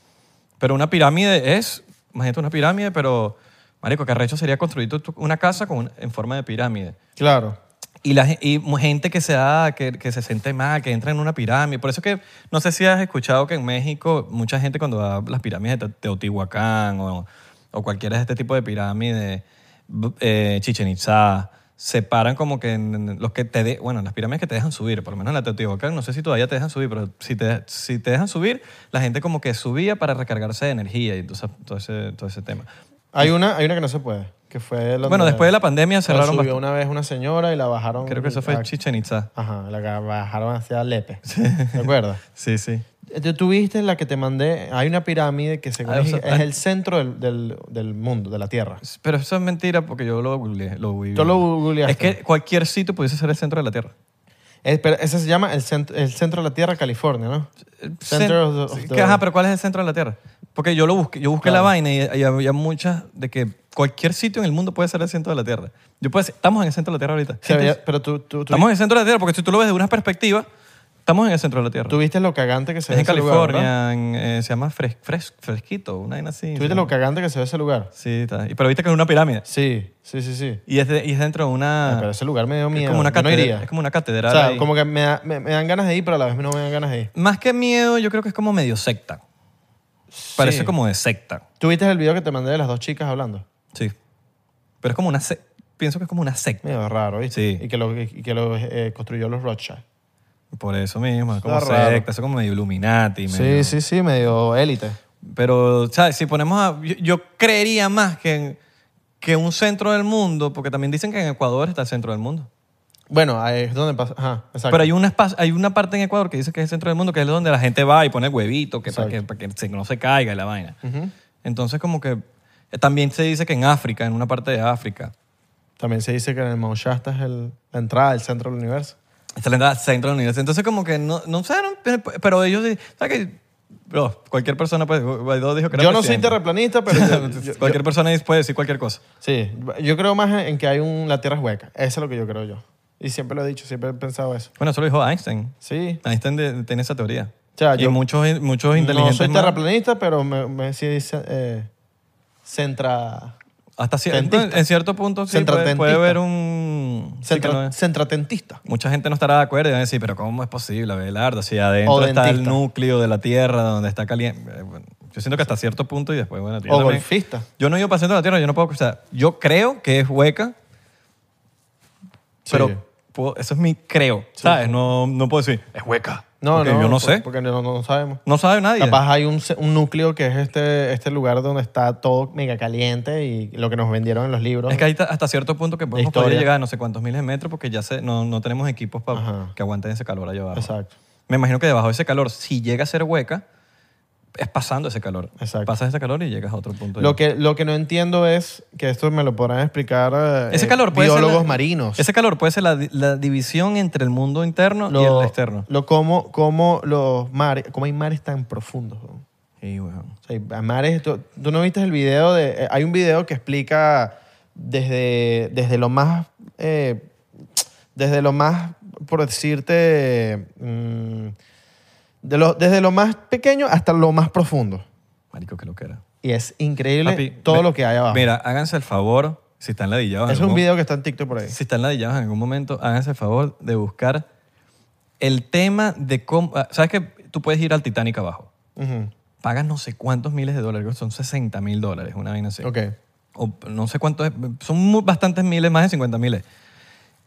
[SPEAKER 2] Pero una pirámide es, imagínate una pirámide, pero, marico, carrecho sería construir tu- tu- una casa con, en forma de pirámide.
[SPEAKER 1] Claro.
[SPEAKER 2] Y, la, gen- y mu- gente que se, da, que, que se siente mal, que entra en una pirámide. Por eso que no sé si has escuchado que en México mucha gente cuando va a las pirámides de Te- Teotihuacán o, o cualquiera de este tipo de pirámides, b- eh, Chichen Itza, separan como que en- en los que te de- bueno, en las pirámides que te dejan subir, por lo menos en la Teotihuacán, no sé si todavía te dejan subir, pero si te, si te dejan subir, la gente como que subía para recargarse de energía y entonces, todo, ese, todo ese tema.
[SPEAKER 1] Hay una, hay una que no se puede, que fue... la
[SPEAKER 2] Bueno,
[SPEAKER 1] donde-
[SPEAKER 2] después de la pandemia cerraron
[SPEAKER 1] Subió
[SPEAKER 2] bast-
[SPEAKER 1] una vez una señora y la bajaron...
[SPEAKER 2] Creo que eso fue
[SPEAKER 1] a-
[SPEAKER 2] Chichen Itza.
[SPEAKER 1] Ajá, la que bajaron hacia Lepe. ¿Te acuerdas?
[SPEAKER 2] Sí, sí.
[SPEAKER 1] Tú tuviste la que te mandé. Hay una pirámide que según
[SPEAKER 2] Ah,
[SPEAKER 1] es,
[SPEAKER 2] o sea,
[SPEAKER 1] es el centro del, del- del mundo, de la Tierra.
[SPEAKER 2] Pero eso es mentira porque yo lo googleé. Lo vi.
[SPEAKER 1] Tú lo googleaste.
[SPEAKER 2] Es que cualquier sitio pudiese ser el centro de la Tierra.
[SPEAKER 1] Eh, pero ese se llama el, cent- el centro de la Tierra, California, ¿no?
[SPEAKER 2] El
[SPEAKER 1] Center
[SPEAKER 2] Eh, cen-
[SPEAKER 1] of the- of
[SPEAKER 2] que,
[SPEAKER 1] the-
[SPEAKER 2] Ajá, pero ¿cuál es el centro de la Tierra? Porque yo lo busqué, yo busqué la vaina y, y había muchas de que cualquier sitio en el mundo puede ser el centro de la Tierra. Yo puedo decir, estamos en el centro de la Tierra ahorita.
[SPEAKER 1] Se veía- pero tú, tú, tú,
[SPEAKER 2] Estamos en el centro de la Tierra porque si tú lo ves de una perspectiva, estamos en el centro de la Tierra.
[SPEAKER 1] tú viste lo cagante que se
[SPEAKER 2] es
[SPEAKER 1] ve
[SPEAKER 2] en
[SPEAKER 1] ese lugar, ¿verdad?
[SPEAKER 2] California, en, eh, se llama Fres- Fres- Fresquito, una vaina así.
[SPEAKER 1] ¿Tú viste lo cagante que se ve ese lugar?
[SPEAKER 2] Sí, está. Y- Pero viste que es una pirámide.
[SPEAKER 1] Sí, sí, sí, sí.
[SPEAKER 2] Y es, de- y es dentro de
[SPEAKER 1] Ah, pero
[SPEAKER 2] una...
[SPEAKER 1] ese lugar me dio miedo.
[SPEAKER 2] Es como una
[SPEAKER 1] Yo no
[SPEAKER 2] catedral.
[SPEAKER 1] iría.
[SPEAKER 2] es como una catedral.
[SPEAKER 1] o sea,
[SPEAKER 2] ahí.
[SPEAKER 1] como que me, da- me- me dan ganas de ir, pero a la vez no me dan ganas de ir.
[SPEAKER 2] Más que miedo, yo creo que es como medio secta. Parece como de secta.
[SPEAKER 1] ¿Tú viste el video que te mandé de las dos chicas hablando?
[SPEAKER 2] Sí. Pero es como una se- pienso que es como una secta.
[SPEAKER 1] Medio raro, ¿viste?
[SPEAKER 2] Sí.
[SPEAKER 1] Y que lo, y que lo eh, construyó los Rothschild.
[SPEAKER 2] Por eso mismo, es como
[SPEAKER 1] Está raro.
[SPEAKER 2] secta, eso como medio Illuminati. medio-
[SPEAKER 1] Sí, sí, sí, medio élite.
[SPEAKER 2] Pero, ¿sabes? Si ponemos a... Yo, yo creería más que, en- que un centro del mundo, porque también dicen que en Ecuador está el centro del mundo.
[SPEAKER 1] Bueno, ahí es donde pasa. Ajá, exacto.
[SPEAKER 2] Pero hay una, espa- hay una parte en Ecuador que dice que es el centro del mundo, que es donde la gente va y pone el huevito, que para que, para que se- no se caiga y la vaina. Entonces, como que... eh, También se dice que en África, en una parte de África,
[SPEAKER 1] También se dice que en el Mount Shasta es el- la entrada al centro del universo.
[SPEAKER 2] Está la entrada centro del universo. Entonces, como que no, no sé, no, pero- pero ellos. di- ¿Sabes qué? Bro, cualquier persona puede. Guaidó dijo que era
[SPEAKER 1] Yo no soy
[SPEAKER 2] presidente.
[SPEAKER 1] terraplanista, pero. yo- yo- yo-
[SPEAKER 2] cualquier persona puede decir cualquier cosa.
[SPEAKER 1] sí, yo creo más en que hay un. La Tierra es hueca. Eso es lo que yo creo yo. Y siempre lo he dicho, siempre he pensado eso.
[SPEAKER 2] Bueno, eso lo dijo Einstein.
[SPEAKER 1] Sí.
[SPEAKER 2] Einstein de- tiene esa teoría.
[SPEAKER 1] O sea,
[SPEAKER 2] y
[SPEAKER 1] yo-
[SPEAKER 2] muchos, muchos
[SPEAKER 1] No
[SPEAKER 2] inteligentes.
[SPEAKER 1] soy
[SPEAKER 2] más-
[SPEAKER 1] terraplanista, pero me, me sí dice. eh, centra.
[SPEAKER 2] hasta cier-
[SPEAKER 1] Tentista.
[SPEAKER 2] en cierto punto sí, puede,
[SPEAKER 1] Centratentista.
[SPEAKER 2] puede haber un. sí,
[SPEAKER 1] centra-
[SPEAKER 2] que no es-
[SPEAKER 1] Centratentista.
[SPEAKER 2] Mucha gente no estará de acuerdo y van a decir, pero ¿cómo es posible, Abelardo? Si adentro
[SPEAKER 1] O
[SPEAKER 2] está el
[SPEAKER 1] dentista.
[SPEAKER 2] núcleo de la Tierra donde está caliente. Eh, bueno, yo siento que hasta cierto punto y después, bueno, yo
[SPEAKER 1] O
[SPEAKER 2] también-
[SPEAKER 1] golfista.
[SPEAKER 2] Yo no he ido para el centro de la Tierra, yo no puedo. O sea, yo creo que es hueca,
[SPEAKER 1] Sí.
[SPEAKER 2] pero puedo- eso es mi creo, ¿sabes? No, no puedo decir, es hueca.
[SPEAKER 1] No,
[SPEAKER 2] porque
[SPEAKER 1] no.
[SPEAKER 2] Yo no
[SPEAKER 1] por-
[SPEAKER 2] sé.
[SPEAKER 1] Porque no, no sabemos.
[SPEAKER 2] No sabe nadie.
[SPEAKER 1] Capaz hay un, ce- un núcleo que es este, este lugar donde está todo mega caliente y lo que nos vendieron en los libros.
[SPEAKER 2] Es que ahí ta- hasta cierto punto que podemos poder
[SPEAKER 1] historia.
[SPEAKER 2] llegar a no sé cuántos miles de metros porque ya se, no, no tenemos equipos para
[SPEAKER 1] Ajá.
[SPEAKER 2] que aguanten ese calor allá abajo.
[SPEAKER 1] Exacto.
[SPEAKER 2] Me imagino que debajo de ese calor, si llega a ser hueca, es pasando ese calor.
[SPEAKER 1] Exacto.
[SPEAKER 2] Pasas ese calor y llegas a otro punto.
[SPEAKER 1] Lo que, lo que no entiendo es que esto me lo podrán explicar eh,
[SPEAKER 2] ese
[SPEAKER 1] eh,
[SPEAKER 2] calor puede
[SPEAKER 1] biólogos
[SPEAKER 2] ser la-
[SPEAKER 1] marinos.
[SPEAKER 2] Ese calor puede ser la, di- la división entre el mundo interno y
[SPEAKER 1] Lo-
[SPEAKER 2] el externo.
[SPEAKER 1] Lo como, como los mares, como hay mares tan profundos. weón.
[SPEAKER 2] Sí, weón.
[SPEAKER 1] O sea, hay mares, tú, tú no viste el video de, eh, hay un video que explica desde, desde lo más, eh, desde lo más, por decirte, mm, de lo- desde lo más pequeño hasta lo más profundo.
[SPEAKER 2] Marico, que lo que era.
[SPEAKER 1] Y es increíble todo lo que hay abajo.
[SPEAKER 2] Mira, háganse el favor, si están ladillados. en
[SPEAKER 1] es un
[SPEAKER 2] algún-
[SPEAKER 1] video que está en TikTok por ahí.
[SPEAKER 2] Si están ladillados en algún momento, háganse el favor de buscar el tema de cómo. ah, ¿Sabes que tú puedes ir al Titanic abajo?
[SPEAKER 1] Ujú.
[SPEAKER 2] Pagas no sé cuántos miles de dólares, creo que son 60 mil dólares, una vaina así.
[SPEAKER 1] Ok.
[SPEAKER 2] o no sé cuántos, son mu- bastantes miles, más de 50 miles.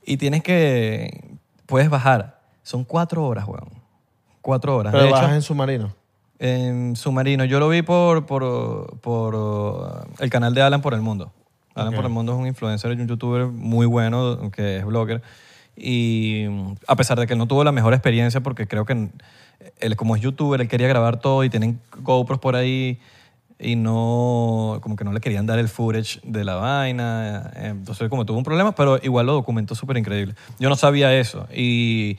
[SPEAKER 2] Y tienes que, puedes bajar. Son cuatro horas, weón. Cuatro horas.
[SPEAKER 1] Pero
[SPEAKER 2] de
[SPEAKER 1] bajas
[SPEAKER 2] hecho,
[SPEAKER 1] en submarino.
[SPEAKER 2] en submarino. Yo lo vi por, por, por uh, el canal de Alan por el mundo. Alan por el mundo es un influencer y un youtuber muy bueno, que es blogger. Y mm, a pesar de que él no tuvo la mejor experiencia, porque creo que n- él, como es youtuber, él quería grabar todo y tienen GoPros por ahí y no, como que no le querían dar el footage de la vaina. eh, Entonces, como tuvo un problema, pero igual lo documentó súper increíble. Yo no sabía eso. Y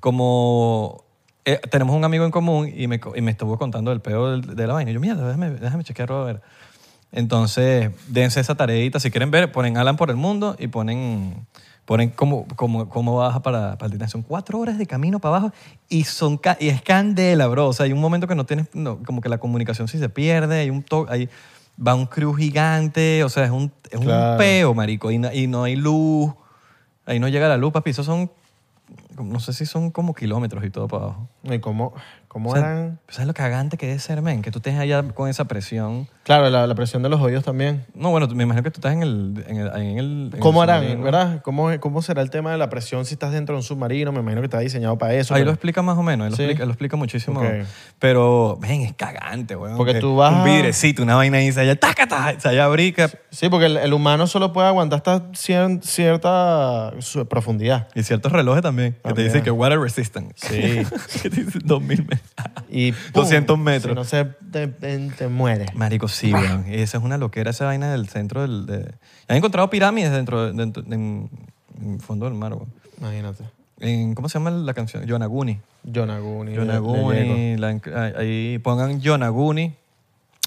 [SPEAKER 2] como eh, tenemos un amigo en común y me, co- y me estuvo contando el peo del- de la vaina. Y yo, mierda, déjame, déjame chequearlo a ver. Entonces, dense esa tareita. Si quieren ver, ponen Alan por el mundo y ponen, ponen cómo, cómo, cómo baja para, para el Titanic. Son cuatro horas de camino para abajo y, son, ca- y es candela, bro. O sea, hay un momento que no tienes, no, como que la comunicación sí se pierde, hay un to- hay, va un crew gigante, o sea, es un, es un
[SPEAKER 1] Claro.
[SPEAKER 2] peo, marico. Y no, y no hay luz, ahí no llega la luz, papi. Esos son, no sé si son como kilómetros y todo para abajo.
[SPEAKER 1] ¿Y cómo, ¿Cómo
[SPEAKER 2] O sea,
[SPEAKER 1] eran?
[SPEAKER 2] ¿Sabes lo cagante que debe ser, men? Que tú estés allá con esa presión.
[SPEAKER 1] Claro, la, la presión de los oídos también.
[SPEAKER 2] No, bueno, tú- me imagino que tú estás en el... En el, ahí en el- en
[SPEAKER 1] ¿Cómo
[SPEAKER 2] el
[SPEAKER 1] harán,
[SPEAKER 2] submarino.
[SPEAKER 1] verdad? ¿Cómo, ¿Cómo será el tema de la presión si estás dentro de un submarino? Me imagino que está diseñado para eso.
[SPEAKER 2] Ahí
[SPEAKER 1] pero-
[SPEAKER 2] lo explica más o menos, él lo,
[SPEAKER 1] Sí.
[SPEAKER 2] explica, lo explica muchísimo.
[SPEAKER 1] Ok.
[SPEAKER 2] Pero, ven, es cagante, weón.
[SPEAKER 1] Porque
[SPEAKER 2] que
[SPEAKER 1] tú vas a-
[SPEAKER 2] Un vidrecito, una vaina ahí, se allá, taca, taca, se allá brica.
[SPEAKER 1] Sí, porque el, el humano solo puede aguantar hasta cier- cierta su- profundidad.
[SPEAKER 2] Y ciertos relojes también, que te
[SPEAKER 1] También.
[SPEAKER 2] dicen que water resistant.
[SPEAKER 1] Sí.
[SPEAKER 2] que te dicen 2000 metros.
[SPEAKER 1] Y ¡pum!
[SPEAKER 2] 200 metros.
[SPEAKER 1] Si no se te, te- te muere.
[SPEAKER 2] Marico, sí, weón. Esa es una loquera, esa vaina del centro del... de- Han encontrado pirámides dentro, dentro- en, en el fondo del mar, weón.
[SPEAKER 1] Imagínate.
[SPEAKER 2] En- ¿Cómo se llama la canción? Yonaguni.
[SPEAKER 1] Yonaguni. Leyeko.
[SPEAKER 2] Yonaguni, la- ahí- ahí pongan Yonaguni.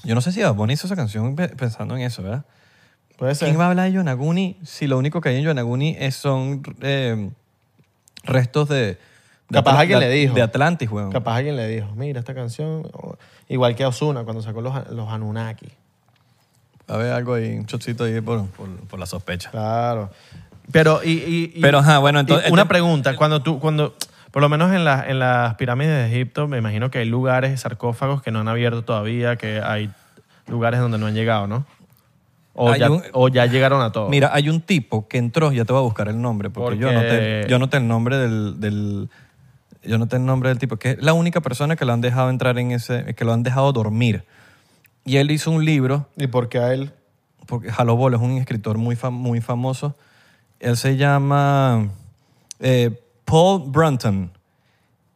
[SPEAKER 2] Yo no sé si Bad Bunny hizo esa canción pe- pensando en eso, ¿verdad?
[SPEAKER 1] Puede ser.
[SPEAKER 2] ¿Quién va a hablar de Yonaguni si lo único que hay en Yonaguni es, son eh, restos de... de
[SPEAKER 1] Capaz
[SPEAKER 2] Atla-
[SPEAKER 1] alguien
[SPEAKER 2] de-
[SPEAKER 1] le dijo.
[SPEAKER 2] De Atlantis, weón.
[SPEAKER 1] Capaz alguien le dijo, mira esta canción. o- Igual que Osuna cuando sacó los, los Anunnaki.
[SPEAKER 2] A ver, algo ahí, un chocito ahí por, por- por la sospecha.
[SPEAKER 1] Claro. Pero, y, y- y-
[SPEAKER 2] Pero, ajá,
[SPEAKER 1] y
[SPEAKER 2] bueno, entonces...
[SPEAKER 1] una
[SPEAKER 2] este-
[SPEAKER 1] pregunta. Cuando tú, cuando, por lo menos en, las en las pirámides de Egipto, me imagino que hay lugares, sarcófagos que no han abierto todavía, que hay lugares donde no han llegado, ¿no? O,
[SPEAKER 2] Hay
[SPEAKER 1] ya,
[SPEAKER 2] un-
[SPEAKER 1] o ya llegaron a todos.
[SPEAKER 2] Mira, hay un tipo que entró, ya te voy a buscar el nombre, porque, yo
[SPEAKER 1] Porque-
[SPEAKER 2] noté, yo noté el nombre del, del- yo noté el nombre del tipo, que es la única persona que lo han dejado entrar en ese, que lo han dejado dormir. Y él hizo un libro,
[SPEAKER 1] ¿Y por qué a él?
[SPEAKER 2] porque Jalobol es un escritor muy, fam- muy famoso. Él se llama eh, Paul Brunton.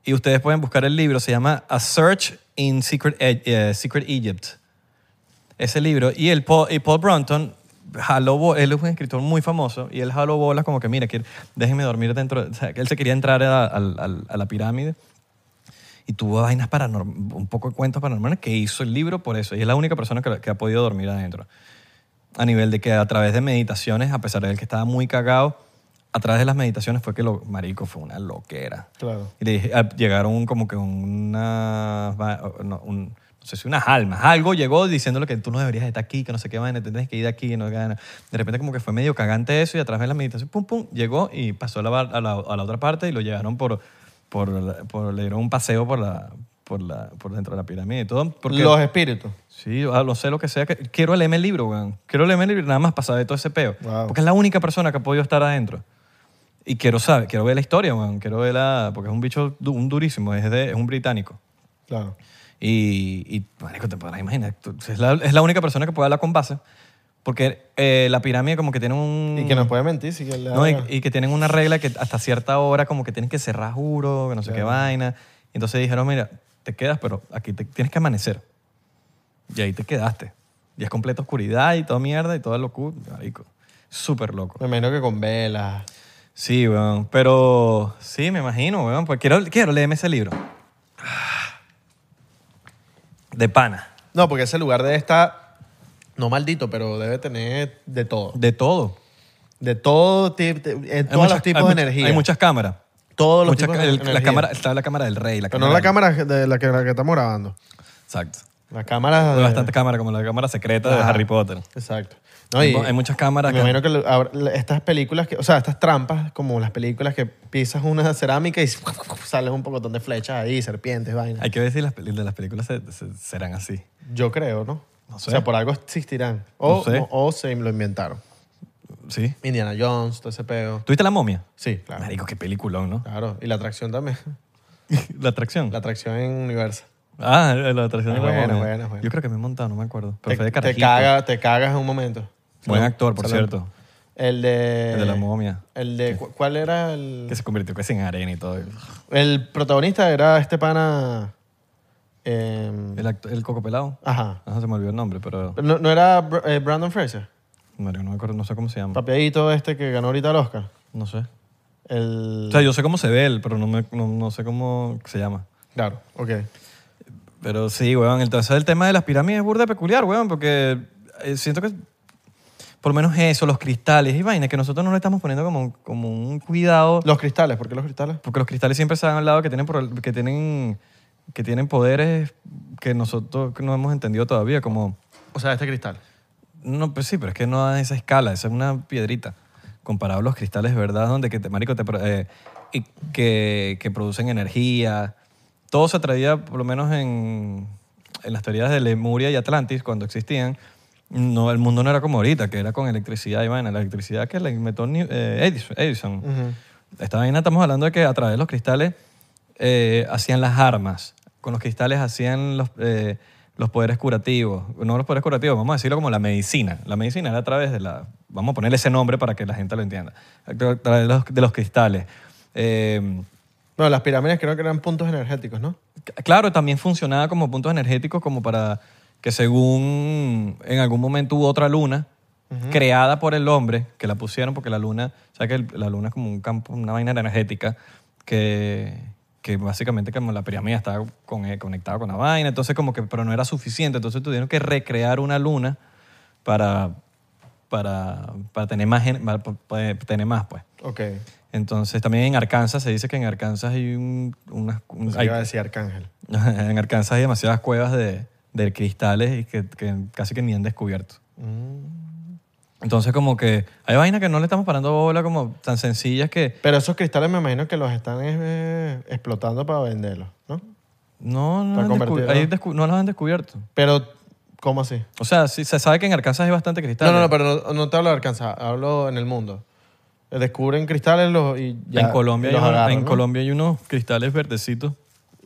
[SPEAKER 2] Y ustedes pueden buscar el libro, se llama A Search in Secret, E- eh, Secret Egypt. Ese libro. Y, el Paul, y Paul Brunton jaló bo- él es un escritor muy famoso y él jaló bolas como que, mira, quiero- déjenme dormir dentro. de-". O sea, que él se quería entrar a, al- al- a la pirámide y tuvo vainas paranormales, un poco de cuentos paranormales que hizo el libro por eso. Y es la única persona que, que ha podido dormir adentro a nivel de que a través de meditaciones, a pesar de él que estaba muy cagado, a través de las meditaciones fue que lo marico fue una loquera.
[SPEAKER 1] Claro.
[SPEAKER 2] Y le dije, ah, llegaron como que unas, va- no, un- no sé si unas almas, algo llegó diciéndole que tú no deberías estar aquí, que no sé qué vaina, te tienes que ir de aquí, no sé qué vaina. De repente como que fue medio cagante eso y a través de la meditación, pum, pum, llegó y pasó a la, bar- a la, a la otra parte y lo llevaron por, por, la- por- le dieron un paseo por la, por la, por dentro de la pirámide y todo. Porque
[SPEAKER 1] Los espíritus.
[SPEAKER 2] Sí, yo lo sé lo que sea. que- Quiero leerme el libro, weón. Quiero leerme el libro y nada más pasar de todo ese peo.
[SPEAKER 1] Wow.
[SPEAKER 2] Porque es la única persona que ha podido estar adentro. Y quiero saber, quiero ver la historia, weón. Quiero ver la... Porque es un bicho du- un durísimo, es, de- es un británico.
[SPEAKER 1] Claro.
[SPEAKER 2] Y, y marico, te podrás imaginar. tú- Es la, es la única persona que puede hablar con base. Porque eh, la pirámide como que tiene un...
[SPEAKER 1] Y que nos puede mentir si que le
[SPEAKER 2] Mm. No, y,
[SPEAKER 1] haga-
[SPEAKER 2] y que tienen una regla que hasta cierta hora como que tienes que cerrar juro, que no sé qué vaina. Entonces dijeron, mira, te quedas, pero aquí te- tienes que amanecer. Y ahí te quedaste. Y es completa oscuridad y toda mierda y toda locura. Marico, súper loco.
[SPEAKER 1] Me imagino que con velas.
[SPEAKER 2] Sí, weón. Pero sí, me imagino, weón. Pues quiero, quiero leerme ese libro. De pana.
[SPEAKER 1] No, porque ese lugar debe estar, no maldito, pero debe tener de todo.
[SPEAKER 2] De todo.
[SPEAKER 1] De todo tipo,
[SPEAKER 2] Hay
[SPEAKER 1] todos
[SPEAKER 2] muchas-
[SPEAKER 1] los tipos
[SPEAKER 2] hay
[SPEAKER 1] de
[SPEAKER 2] much-
[SPEAKER 1] energía.
[SPEAKER 2] Hay muchas cámaras.
[SPEAKER 1] Todos los
[SPEAKER 2] Muchas
[SPEAKER 1] tipos
[SPEAKER 2] ca-
[SPEAKER 1] de
[SPEAKER 2] el- la
[SPEAKER 1] energía.
[SPEAKER 2] cámara, está la cámara del rey. La
[SPEAKER 1] Pero no la cámara de la que, la que estamos grabando.
[SPEAKER 2] Exacto.
[SPEAKER 1] La cámara
[SPEAKER 2] Hay
[SPEAKER 1] de...
[SPEAKER 2] bastante cámara, como la cámara secreta de
[SPEAKER 1] Ajá.
[SPEAKER 2] Harry Potter.
[SPEAKER 1] Exacto. No,
[SPEAKER 2] Hay
[SPEAKER 1] y-
[SPEAKER 2] mu- hay muchas cámaras
[SPEAKER 1] Me
[SPEAKER 2] que-
[SPEAKER 1] imagino que lo- ahora, la- estas películas, que, o sea, estas trampas, como las películas que pisas una cerámica y salen un pocotón de flechas ahí, serpientes, vainas.
[SPEAKER 2] Hay que ver si las, peli- de las películas se- se- serán así.
[SPEAKER 1] Yo creo, ¿no?
[SPEAKER 2] No
[SPEAKER 1] O
[SPEAKER 2] sé.
[SPEAKER 1] sea, por algo existirán. O,
[SPEAKER 2] No sé.
[SPEAKER 1] o, o se lo inventaron.
[SPEAKER 2] ¿Sí?
[SPEAKER 1] Indiana Jones, todo ese pedo.
[SPEAKER 2] ¿Tuviste La Momia?
[SPEAKER 1] Sí, claro.
[SPEAKER 2] Marico, Mm. qué peliculón, ¿no?
[SPEAKER 1] Claro. Y la atracción también.
[SPEAKER 2] La atracción.
[SPEAKER 1] Ah. La atracción en Universal.
[SPEAKER 2] Ah, la atracción de La
[SPEAKER 1] Buena,
[SPEAKER 2] Momia.
[SPEAKER 1] buena, buena.
[SPEAKER 2] Yo creo que me he montado, no me acuerdo. Pero
[SPEAKER 1] Te,
[SPEAKER 2] fue de
[SPEAKER 1] te
[SPEAKER 2] carajito.
[SPEAKER 1] caga- te cagas en un momento.
[SPEAKER 2] Buen
[SPEAKER 1] No,
[SPEAKER 2] actor, por
[SPEAKER 1] salud. Eh.
[SPEAKER 2] cierto.
[SPEAKER 1] El de...
[SPEAKER 2] El de La Momia.
[SPEAKER 1] El de... cu- ¿Cuál era el...?
[SPEAKER 2] Que se convirtió casi en arena y todo.
[SPEAKER 1] El protagonista era este pana. em,
[SPEAKER 2] El, act- el coco pelado.
[SPEAKER 1] ajá.
[SPEAKER 2] Ah, se me olvidó el nombre, pero...
[SPEAKER 1] Pero No, no era Br- eh, Brandon Fraser?
[SPEAKER 2] Marico, no me acuerdo, no sé cómo se llama.
[SPEAKER 1] Papiadito este que ganó ahorita el Oscar.
[SPEAKER 2] No sé.
[SPEAKER 1] El...
[SPEAKER 2] O sea, yo sé cómo se ve él, pero no, me, no, no sé cómo se llama.
[SPEAKER 1] Claro, ok.
[SPEAKER 2] Pero sí, weón. Entonces el tema de las pirámides es burda peculiar, weón, porque eh, siento que por lo menos eso, los cristales y vainas, que nosotros no le estamos poniendo como, un- como un cuidado,
[SPEAKER 1] Los cristales, ¿por qué los cristales?
[SPEAKER 2] porque los cristales siempre se han hablado que tienen, pro- que tienen, que tienen poderes que nosotros no hemos entendido todavía, como...
[SPEAKER 1] O sea, este cristal.
[SPEAKER 2] No, pues sí, pero es que no a esa escala, esa es una piedrita. Comparado a los cristales, ¿verdad? Donde que te, marico, te, pro- eh, y que, que producen energía, todo se traía, por lo menos en, en las teorías de Lemuria y Atlantis, cuando existían, no, el mundo no era como ahorita, que era con electricidad y vaina. La electricidad que la inventó New- eh, Edison. Edison. Esta vaina estamos hablando de que a través de los cristales eh, hacían las armas. Con los cristales hacían los, eh, los poderes curativos. No los poderes curativos, vamos a decirlo como la medicina. La medicina era a través de la... Vamos a ponerle ese nombre para que la gente lo entienda. A través de los, de los cristales. Eh,
[SPEAKER 1] Bueno, las pirámides creo que eran puntos energéticos, ¿no?
[SPEAKER 2] C- Claro, también funcionaba como puntos energéticos, como para que según en algún momento hubo otra luna creada por el hombre, que la pusieron porque la luna, o sea que el- la luna es como un campo, una vaina energética, que, que básicamente como la pirámide estaba con, eh, conectada con la vaina, entonces como que, pero no era suficiente, entonces tuvieron que recrear una luna para, para, para tener, más, gen- para poder tener más, pues.
[SPEAKER 1] Ok.
[SPEAKER 2] Entonces también en Arkansas, se dice que en Arkansas hay un, unas, un-
[SPEAKER 1] Pues
[SPEAKER 2] hay-
[SPEAKER 1] iba a decir arcángel.
[SPEAKER 2] en Arkansas hay demasiadas cuevas de, de cristales y que, que casi que ni han descubierto.
[SPEAKER 1] Mm.
[SPEAKER 2] Entonces como que hay vainas que no le estamos parando bola como tan sencillas que
[SPEAKER 1] Pero esos cristales me imagino que los están eh, explotando para venderlos, ¿no?
[SPEAKER 2] no, no,
[SPEAKER 1] Para
[SPEAKER 2] han descu-
[SPEAKER 1] convertirlo.
[SPEAKER 2] hay descu- no las han descubierto.
[SPEAKER 1] Pero, ¿cómo así?
[SPEAKER 2] O sea, sí, se sabe que en Arkansas hay bastante
[SPEAKER 1] No,
[SPEAKER 2] cristales.
[SPEAKER 1] no, no, pero no, no te hablo de Arkansas, hablo en el mundo. Eh, Descubren cristales los, y ya
[SPEAKER 2] en Colombia, hay,
[SPEAKER 1] los
[SPEAKER 2] uno-
[SPEAKER 1] agarran,
[SPEAKER 2] en
[SPEAKER 1] ¿no?
[SPEAKER 2] Colombia hay unos cristales verdecitos.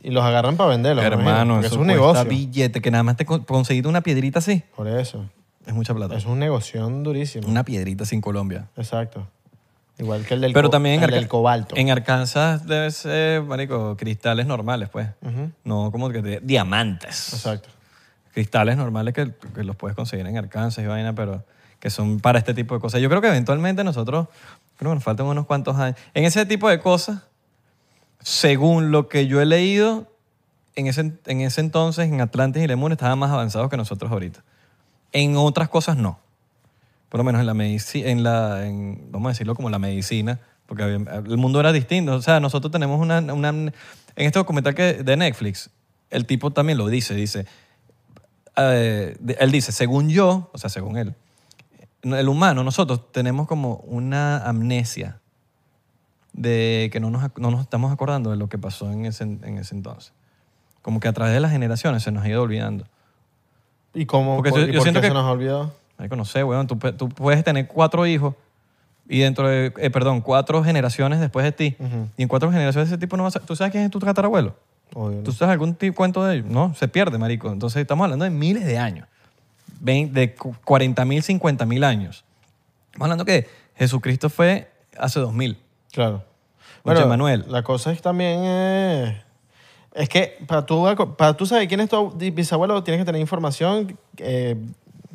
[SPEAKER 1] Y los agarran para venderlos. me imagino,
[SPEAKER 2] Hermano,
[SPEAKER 1] porque
[SPEAKER 2] eso
[SPEAKER 1] es un
[SPEAKER 2] cuesta
[SPEAKER 1] negocio.
[SPEAKER 2] billete, que nada más te con- conseguirte una piedrita así
[SPEAKER 1] Por eso.
[SPEAKER 2] es mucha plata.
[SPEAKER 1] Es un negoción durísimo.
[SPEAKER 2] Una piedrita sin Colombia.
[SPEAKER 1] Exacto. Igual que el del,
[SPEAKER 2] Pero
[SPEAKER 1] co-
[SPEAKER 2] también en,
[SPEAKER 1] el
[SPEAKER 2] Arca-
[SPEAKER 1] del cobalto.
[SPEAKER 2] en Arkansas debe ser, marico, cristales normales, pues. No como que te- diamantes.
[SPEAKER 1] Exacto.
[SPEAKER 2] Cristales normales que, que los puedes conseguir en Arkansas y vaina, pero que son para este tipo de cosas. Yo creo que eventualmente nosotros, creo que nos faltan unos cuantos años. En ese tipo de cosas, según lo que yo he leído, en ese, en ese entonces en Atlantis y Lemuria estaban más avanzados que nosotros ahorita. En otras cosas no. Por lo menos en la medicina, en la, en- vamos a decirlo como la medicina, porque había- el mundo era distinto. O sea, nosotros tenemos una, una- en este documental que, de Netflix, el tipo también lo dice, dice, eh, de- él dice, según yo, o sea, según él, el humano, nosotros tenemos como una amnesia de que no nos, ac- no nos estamos acordando de lo que pasó en ese, en ese entonces. Como que a través de las generaciones se nos ha ido olvidando.
[SPEAKER 1] ¿Y cómo?
[SPEAKER 2] Porque
[SPEAKER 1] por,
[SPEAKER 2] yo-
[SPEAKER 1] y
[SPEAKER 2] yo
[SPEAKER 1] por
[SPEAKER 2] siento
[SPEAKER 1] qué
[SPEAKER 2] que-
[SPEAKER 1] se nos olvidó?
[SPEAKER 2] Marico, no sé, weón. Tú, pe- tú puedes tener cuatro hijos y dentro de, eh, perdón, cuatro generaciones después de ti. Y en cuatro generaciones ese tipo no va a sa- ¿Tú sabes quién es tu tatarabuelo?
[SPEAKER 1] Obvio, ¿no?
[SPEAKER 2] ¿Tú sabes algún ti- cuento de ellos? No, se pierde, marico. Entonces estamos hablando de miles de años. Vein- de cu- 40.000, 50.000 años. Estamos hablando que Jesucristo fue hace 2.000.
[SPEAKER 1] Claro.
[SPEAKER 2] Oye, Manuel.
[SPEAKER 1] La cosa es también... eh, es que para tú, aco- para tú saber quién es tu ab- bisabuelo tienes que tener información eh,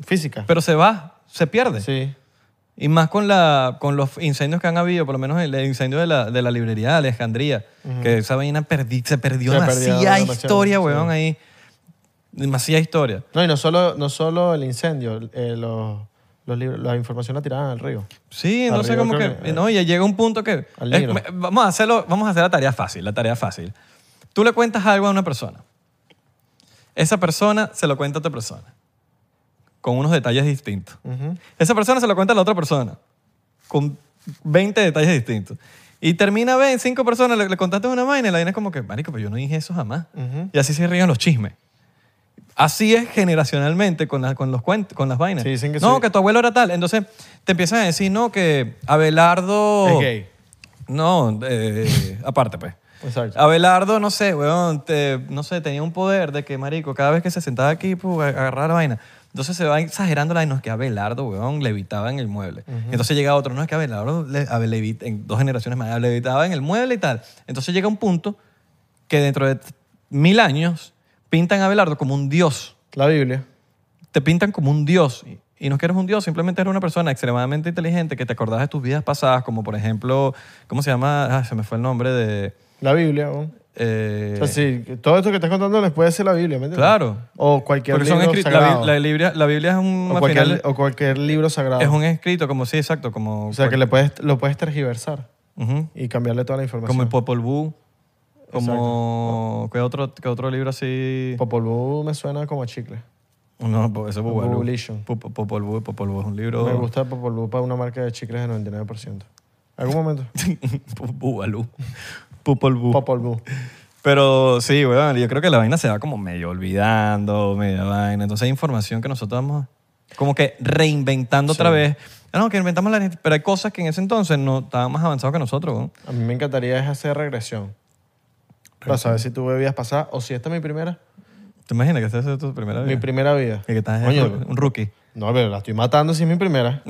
[SPEAKER 1] física.
[SPEAKER 2] Pero se va, se pierde.
[SPEAKER 1] sí.
[SPEAKER 2] Y más con, la, con los incendios que han habido, por lo menos el incendio de la, de la librería de Alejandría, que esa vaina perdi- se perdió
[SPEAKER 1] Se perdió
[SPEAKER 2] demasiada
[SPEAKER 1] demasiado,
[SPEAKER 2] historia,
[SPEAKER 1] sí.
[SPEAKER 2] weón, ahí. Demasiada historia.
[SPEAKER 1] No, y no solo, no solo el incendio, eh, los, los libros, la información la tiraban al río.
[SPEAKER 2] Sí, no sé
[SPEAKER 1] Arriba
[SPEAKER 2] cómo que.
[SPEAKER 1] creo que- eh,
[SPEAKER 2] No, y llega un punto que.
[SPEAKER 1] Al
[SPEAKER 2] es-
[SPEAKER 1] negro.
[SPEAKER 2] me- vamos, a hacerlo, vamos a hacer la tarea fácil, la tarea fácil. Tú le cuentas algo a una persona. Esa persona se lo cuenta a otra persona. Con unos detalles distintos. Esa persona se lo cuenta a la otra persona. Con 20 detalles distintos. Y termina, ven, cinco personas, le, le contaste una vaina y la vaina es como que, marico, pero yo no dije eso jamás. Y así se ríen los chismes. Así es generacionalmente con, la- con los cuent- con las vainas.
[SPEAKER 1] Sí, dicen que
[SPEAKER 2] no,
[SPEAKER 1] sí.
[SPEAKER 2] que tu abuelo era tal. Entonces te empiezan a decir, no, que Abelardo...
[SPEAKER 1] Es gay.
[SPEAKER 2] No, eh, aparte pues.
[SPEAKER 1] Exacto.
[SPEAKER 2] Abelardo, no sé, weón, te- no sé, tenía un poder de que, marico, cada vez que se sentaba aquí, pu, a- agarraba la vaina. Entonces se va exagerando la vaina, no es que Abelardo, weón, levitaba en el mueble. Entonces llega otro, no es que Abelardo, le- Abel- levi- en dos generaciones más, levitaba en el mueble y tal. Entonces llega un punto que dentro de t- mil años pintan a Abelardo como un dios.
[SPEAKER 1] La Biblia.
[SPEAKER 2] Te pintan como un dios. Y- Y no es que eres un dios, simplemente eres una persona extremadamente inteligente que te acordás de tus vidas pasadas, como por ejemplo, ¿cómo se llama? Ah, se me fue el nombre de...
[SPEAKER 1] La Biblia. ¿no?
[SPEAKER 2] eh,
[SPEAKER 1] O sea, sí, todo esto que estás contando les puede ser la Biblia, ¿me entiendes?
[SPEAKER 2] Claro.
[SPEAKER 1] O cualquier
[SPEAKER 2] Porque son
[SPEAKER 1] libro
[SPEAKER 2] escritos. La,
[SPEAKER 1] sagrado.
[SPEAKER 2] Bi- la Biblia, la Biblia es un.
[SPEAKER 1] o,
[SPEAKER 2] al
[SPEAKER 1] cualquier,
[SPEAKER 2] final,
[SPEAKER 1] o cualquier libro sagrado.
[SPEAKER 2] es un escrito, como sí, exacto. Como,
[SPEAKER 1] o sea, que le puedes, lo puedes tergiversar
[SPEAKER 2] Ujú.
[SPEAKER 1] y cambiarle toda la
[SPEAKER 2] como
[SPEAKER 1] información.
[SPEAKER 2] el Popol Vuh. Como. ¿qué otro, qué otro libro así?
[SPEAKER 1] Popol Vuh me suena como a chicle.
[SPEAKER 2] no, po- eso es Bubalú.
[SPEAKER 1] Publishation.
[SPEAKER 2] Pu- pu- Popol Vuh. Popol Vuh es un libro.
[SPEAKER 1] Me gusta Popol Vuh para una marca de chicles de 99%. ¿Algún momento?
[SPEAKER 2] Bubalú. Popol Vuh.
[SPEAKER 1] Popol Vuh.
[SPEAKER 2] Pero sí, weón, yo creo que la vaina se va como medio olvidando, media vaina. Entonces hay información que nosotros vamos como que reinventando otra vez. Ah, No, que inventamos la... Pero hay cosas que en ese entonces no estaban más avanzados que nosotros, weón.
[SPEAKER 1] A mí me encantaría es hacer regresión. Para saber si tuve vidas pasadas o si esta es mi primera.
[SPEAKER 2] ¿Te imaginas que esta es tu primera vida?
[SPEAKER 1] Mi primera vida.
[SPEAKER 2] Ah, Y que estás
[SPEAKER 1] Coño,
[SPEAKER 2] un rookie.
[SPEAKER 1] No, pero la estoy matando si es mi primera.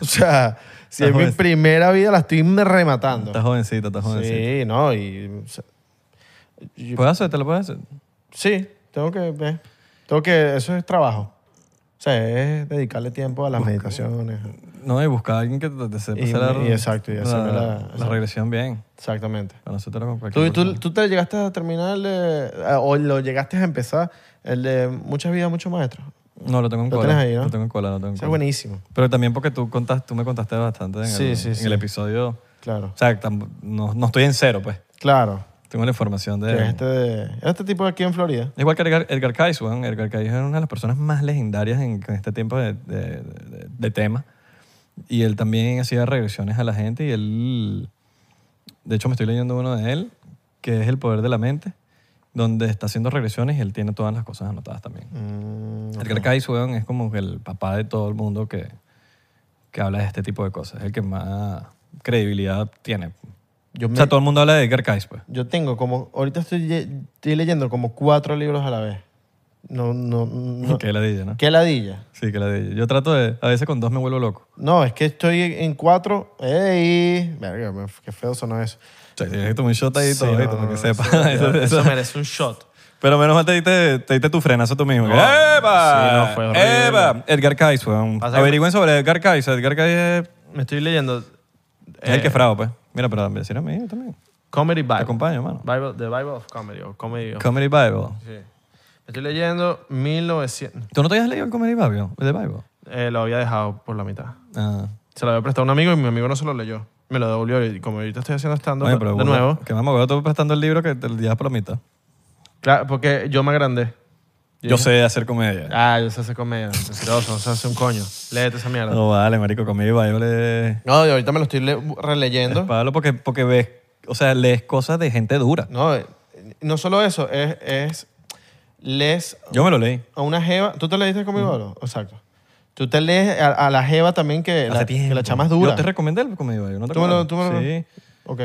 [SPEAKER 1] o sea, si es
[SPEAKER 2] Estás
[SPEAKER 1] mi
[SPEAKER 2] joven.
[SPEAKER 1] primera vida, la estoy rematando.
[SPEAKER 2] Estás jovencito, estás jovencito.
[SPEAKER 1] Sí, no, y... o sea, yo-
[SPEAKER 2] ¿Puedes hacer? ¿Te lo puedes hacer?
[SPEAKER 1] sí, tengo que... ver. tengo que... Eso es trabajo. O sea, es dedicarle tiempo a las meditaciones.
[SPEAKER 2] No, y buscar a alguien que te, te sepa
[SPEAKER 1] Y-
[SPEAKER 2] hacer la,
[SPEAKER 1] y exacto, y hacerme la-
[SPEAKER 2] la
[SPEAKER 1] exacto.
[SPEAKER 2] regresión bien.
[SPEAKER 1] Exactamente.
[SPEAKER 2] Para nosotros con cualquier
[SPEAKER 1] ¿Tú, tú,
[SPEAKER 2] persona.
[SPEAKER 1] tú te llegaste a terminar el de- a- o lo llegaste a empezar el de Muchas vidas, muchos maestros?
[SPEAKER 2] No, lo tengo en
[SPEAKER 1] Lo
[SPEAKER 2] cola.
[SPEAKER 1] tienes ahí, ¿no?
[SPEAKER 2] Lo tengo en cola, lo tengo en
[SPEAKER 1] Ese
[SPEAKER 2] cola.
[SPEAKER 1] es buenísimo,
[SPEAKER 2] Pero también porque tú, contas, tú me contaste bastante en,
[SPEAKER 1] Sí,
[SPEAKER 2] el,
[SPEAKER 1] sí,
[SPEAKER 2] en
[SPEAKER 1] sí.
[SPEAKER 2] el episodio.
[SPEAKER 1] claro.
[SPEAKER 2] O sea, tam- no, no estoy en cero, pues.
[SPEAKER 1] Claro.
[SPEAKER 2] Tengo la información
[SPEAKER 1] que es
[SPEAKER 2] de...
[SPEAKER 1] este, de- este tipo de aquí en Florida.
[SPEAKER 2] Igual que Edgar, Edgar Cayce, weón. Edgar Cayce era una de las personas más legendarias en, en este tiempo de, de- de- de tema. Y él también hacía regresiones a la gente y él... De hecho, me estoy leyendo uno de él, que es El Poder de la Mente, donde está haciendo regresiones y él tiene todas las cosas anotadas también.
[SPEAKER 1] Mm,
[SPEAKER 2] Edgar Cayce, weón, es como que el papá de todo el mundo que, que habla de este tipo de cosas. Es el que más credibilidad tiene.
[SPEAKER 1] yo,
[SPEAKER 2] O
[SPEAKER 1] me-
[SPEAKER 2] sea, todo el mundo habla de Edgar Cayce, pues.
[SPEAKER 1] yo tengo como, ahorita estoy, lle- estoy leyendo como cuatro libros a la vez. No, no, no.
[SPEAKER 2] Qué ladilla, ¿no?
[SPEAKER 1] ¿Qué ladilla?
[SPEAKER 2] Sí, que ladilla. Yo trato de... A veces con dos me vuelvo loco.
[SPEAKER 1] No, es que estoy en cuatro. ¡Ey! Verga, me- qué feo sonó eso.
[SPEAKER 2] O sea, tienes que tomar un shot ahí y
[SPEAKER 1] Sí,
[SPEAKER 2] todo,
[SPEAKER 1] no,
[SPEAKER 2] ahorita,
[SPEAKER 1] no,
[SPEAKER 2] para que
[SPEAKER 1] no,
[SPEAKER 2] sepa.
[SPEAKER 1] eso-
[SPEAKER 2] Eso- eso-
[SPEAKER 1] merece un shot.
[SPEAKER 2] Pero menos mal te diste, te diste tu frenazo tú mismo.
[SPEAKER 1] No,
[SPEAKER 2] ¡Epa!
[SPEAKER 1] sí, no, fue horrible.
[SPEAKER 2] ¡Epa! Edgar Cayce, weón.
[SPEAKER 1] Pasa que-
[SPEAKER 2] Averigüen sobre Edgar Cayce. Edgar Cayce es,
[SPEAKER 1] Me estoy leyendo.
[SPEAKER 2] es
[SPEAKER 1] Eh.
[SPEAKER 2] el que frao, pues. Mira, pero vecino mío también.
[SPEAKER 1] Comedy
[SPEAKER 2] Te
[SPEAKER 1] Bible.
[SPEAKER 2] acompaño, mano.
[SPEAKER 1] Bible. The Bible of Comedy. O comedy of-
[SPEAKER 2] Comedy Bible.
[SPEAKER 1] sí. Me estoy leyendo 1900.
[SPEAKER 2] ¿Tú no te habías leído el Comedy Bible? ¿El de Bible?
[SPEAKER 1] Eh, lo había dejado por la mitad.
[SPEAKER 2] Ah.
[SPEAKER 1] Se lo había prestado a un amigo y mi amigo no se lo leyó. Me lo devolvió y como ahorita estoy haciendo stand-up
[SPEAKER 2] Oye, pero
[SPEAKER 1] de
[SPEAKER 2] burda,
[SPEAKER 1] nuevo.
[SPEAKER 2] Que mamá, weón, tú prestando el libro que te lo llevas por la mitad.
[SPEAKER 1] Claro, porque yo me agrandé.
[SPEAKER 2] Yo sé hacer comedia.
[SPEAKER 1] Ah, yo sé hacer comedia. Mentiroso, no sé hacer un coño. Léete esa mierda.
[SPEAKER 2] No vale, marico, Comedy Bible es...
[SPEAKER 1] No, y ahorita me lo estoy le- releyendo.
[SPEAKER 2] Pablo, porque, porque ves... O sea, lees cosas de gente dura.
[SPEAKER 1] No, eh, no solo eso, es, es lees
[SPEAKER 2] Yo me lo leí.
[SPEAKER 1] a una jeva. ¿Tú te leíste conmigo,
[SPEAKER 2] Mm.
[SPEAKER 1] Bolo? Exacto. Tú te lees a, a la jeva también que,
[SPEAKER 2] Hace
[SPEAKER 1] la, que
[SPEAKER 2] tiempo.
[SPEAKER 1] la chama es dura.
[SPEAKER 2] Yo te recomendé el Comedy Bible, ¿no te
[SPEAKER 1] Tú me lo-
[SPEAKER 2] acuerdas?
[SPEAKER 1] tú me lo-
[SPEAKER 2] Sí.
[SPEAKER 1] Ok.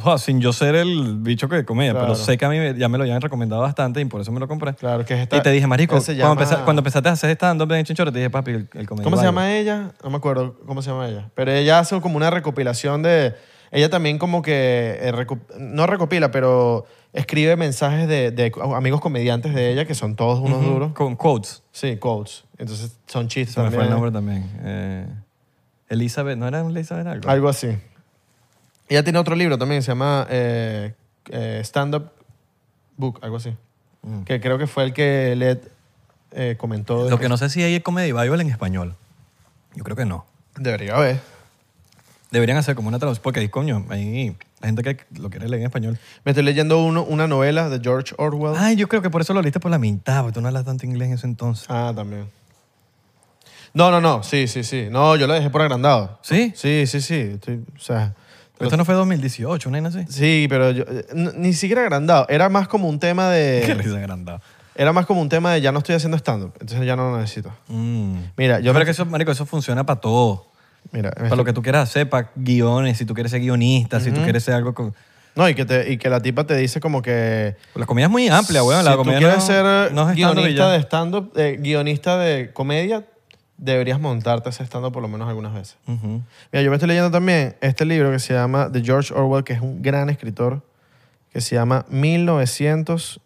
[SPEAKER 2] Joder, sin yo ser el bicho que comía,
[SPEAKER 1] Claro.
[SPEAKER 2] pero sé que a mí me- ya me lo habían recomendado bastante y por eso me lo compré.
[SPEAKER 1] Claro, que es esta-
[SPEAKER 2] y te dije, marico,
[SPEAKER 1] esa se
[SPEAKER 2] cuando,
[SPEAKER 1] llama-
[SPEAKER 2] empeza- cuando empezaste a hacer stand-up en Chinchorro, te dije, papi, el, el Comedy
[SPEAKER 1] ¿Cómo se
[SPEAKER 2] Bible".
[SPEAKER 1] llama ella? No me acuerdo cómo se llama ella. Pero ella hace como una recopilación de... Ella también como que... eh, recu- no recopila, pero escribe mensajes de, de amigos comediantes de ella que son todos unos duros.
[SPEAKER 2] Con quotes.
[SPEAKER 1] Sí, quotes. Entonces son chistes
[SPEAKER 2] Se me fue el
[SPEAKER 1] también.
[SPEAKER 2] nombre también. Eh, Elizabeth, ¿no era un Elizabeth algo?
[SPEAKER 1] Algo así. Ella tiene otro libro también, se llama eh, eh, Stand Up Book, algo así.
[SPEAKER 2] Mm.
[SPEAKER 1] Que creo que fue el que Led eh, comentó. de
[SPEAKER 2] Lo que no sé si hay es Comedy Bible en español. Yo creo que no.
[SPEAKER 1] Debería haber.
[SPEAKER 2] Deberían hacer como una traducción, porque ahí, coño, ahí la gente que lo quiere leer en español.
[SPEAKER 1] Me estoy leyendo uno, una novela de George Orwell.
[SPEAKER 2] Ay, yo creo que por eso lo leíste por la mitad, porque tú no hablas tanto inglés en ese entonces.
[SPEAKER 1] Ah, también. No, no, no. Sí, sí, sí. No, yo lo dejé por agrandado.
[SPEAKER 2] ¿Sí?
[SPEAKER 1] Sí, sí, sí. Estoy- o sea,
[SPEAKER 2] Esto no fue 2018, una vaina así.
[SPEAKER 1] sí, pero yo, eh, n- ni siquiera agrandado. Era más como un tema
[SPEAKER 2] Qué
[SPEAKER 1] de...
[SPEAKER 2] risa agrandada.
[SPEAKER 1] Era más como un tema de ya no estoy haciendo stand-up, entonces ya no lo necesito.
[SPEAKER 2] Mm.
[SPEAKER 1] Mira, yo
[SPEAKER 2] Yo
[SPEAKER 1] me-
[SPEAKER 2] creo que eso, marico, eso funciona para todo.
[SPEAKER 1] Mira, me
[SPEAKER 2] Para lo que tú quieras hacer, para guiones, si tú quieres ser guionista, si tú quieres ser algo con...
[SPEAKER 1] No, y que, te- y que la tipa te dice como que...
[SPEAKER 2] La comida es muy amplia, weón.
[SPEAKER 1] si
[SPEAKER 2] la
[SPEAKER 1] tú
[SPEAKER 2] comida
[SPEAKER 1] quieres
[SPEAKER 2] no-
[SPEAKER 1] ser
[SPEAKER 2] no es estándar y
[SPEAKER 1] guionista
[SPEAKER 2] ya.
[SPEAKER 1] de stand-up, eh, guionista de comedia, deberías montarte ese stand-up por lo menos algunas veces.
[SPEAKER 2] Ujú.
[SPEAKER 1] Mira, yo me estoy leyendo también este libro que se llama de George Orwell, que es un gran escritor, que se llama 1900...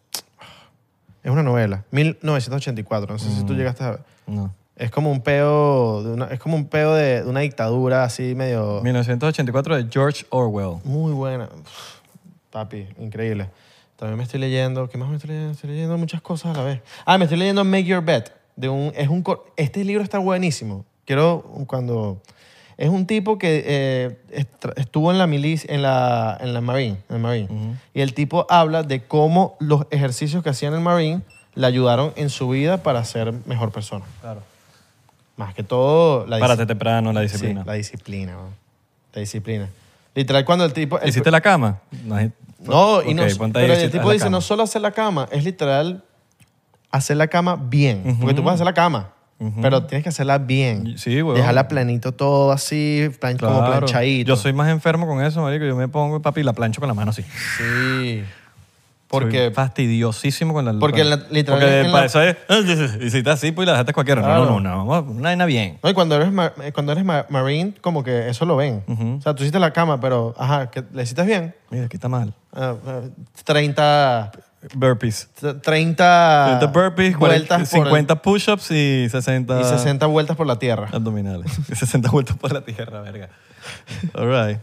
[SPEAKER 1] Es una novela, 1984, no sé si tú llegaste a ver.
[SPEAKER 2] No.
[SPEAKER 1] Es como un peo, de una, es como un peo de, de una dictadura así medio...
[SPEAKER 2] 1984 de George Orwell.
[SPEAKER 1] Muy buena. Uf, Papi, increíble. También me estoy leyendo, ¿qué más me estoy leyendo? Estoy leyendo muchas cosas a la vez. Ah, me estoy leyendo Make Your Bet. De un, es un, cor- este libro está buenísimo. Quiero cuando... Es un tipo que eh, est- estuvo en la milicia, en la, en la Marine. En el Marine. Y el tipo habla de cómo los ejercicios que hacía en el Marine le ayudaron en su vida para ser mejor persona.
[SPEAKER 2] Claro.
[SPEAKER 1] Más que todo, la, disci-
[SPEAKER 2] Párate temprano, la
[SPEAKER 1] sí,
[SPEAKER 2] disciplina.
[SPEAKER 1] la disciplina. man. La disciplina. Literal, cuando el tipo... el-
[SPEAKER 2] ¿Hiciste la cama? No,
[SPEAKER 1] No, y no,
[SPEAKER 2] Ok, ponte ahí
[SPEAKER 1] pero
[SPEAKER 2] y
[SPEAKER 1] el
[SPEAKER 2] haz
[SPEAKER 1] tipo
[SPEAKER 2] la
[SPEAKER 1] dice,
[SPEAKER 2] cama.
[SPEAKER 1] no solo hacer la cama, es literal hacer la cama bien. Porque tú puedes hacer la cama, pero tienes que hacerla bien.
[SPEAKER 2] Y- sí, huevón.
[SPEAKER 1] Dejarla planito todo así, plan- como
[SPEAKER 2] Claro.
[SPEAKER 1] planchadito.
[SPEAKER 2] Yo soy más enfermo con eso, marico. Yo me pongo, papi, y la plancho con la mano así.
[SPEAKER 1] Sí.
[SPEAKER 2] Soy
[SPEAKER 1] Porque...
[SPEAKER 2] fastidiosísimo con la
[SPEAKER 1] Porque
[SPEAKER 2] con-
[SPEAKER 1] la- literal,
[SPEAKER 2] Porque
[SPEAKER 1] en
[SPEAKER 2] para
[SPEAKER 1] la-
[SPEAKER 2] eso es. "Ah, Y si estás así, pues la dejaste cualquiera.
[SPEAKER 1] Claro.
[SPEAKER 2] No, no, no. vamos, Una vaina bien.
[SPEAKER 1] No, y cuando eres, ma- eh, cuando eres ma- marine, como que eso lo ven. O sea, tú hiciste la cama, pero, ajá, que ¿le hiciste bien?
[SPEAKER 2] Mira, aquí está mal.
[SPEAKER 1] Ah, ah, 30...
[SPEAKER 2] Burpees.
[SPEAKER 1] t- 30...
[SPEAKER 2] 30 burpees, 40,
[SPEAKER 1] Ah, vueltas por el-
[SPEAKER 2] 50 push-ups y 60,
[SPEAKER 1] y 60 vueltas por la tierra.
[SPEAKER 2] abdominales. Y 60 vueltas por la tierra, verga. All right.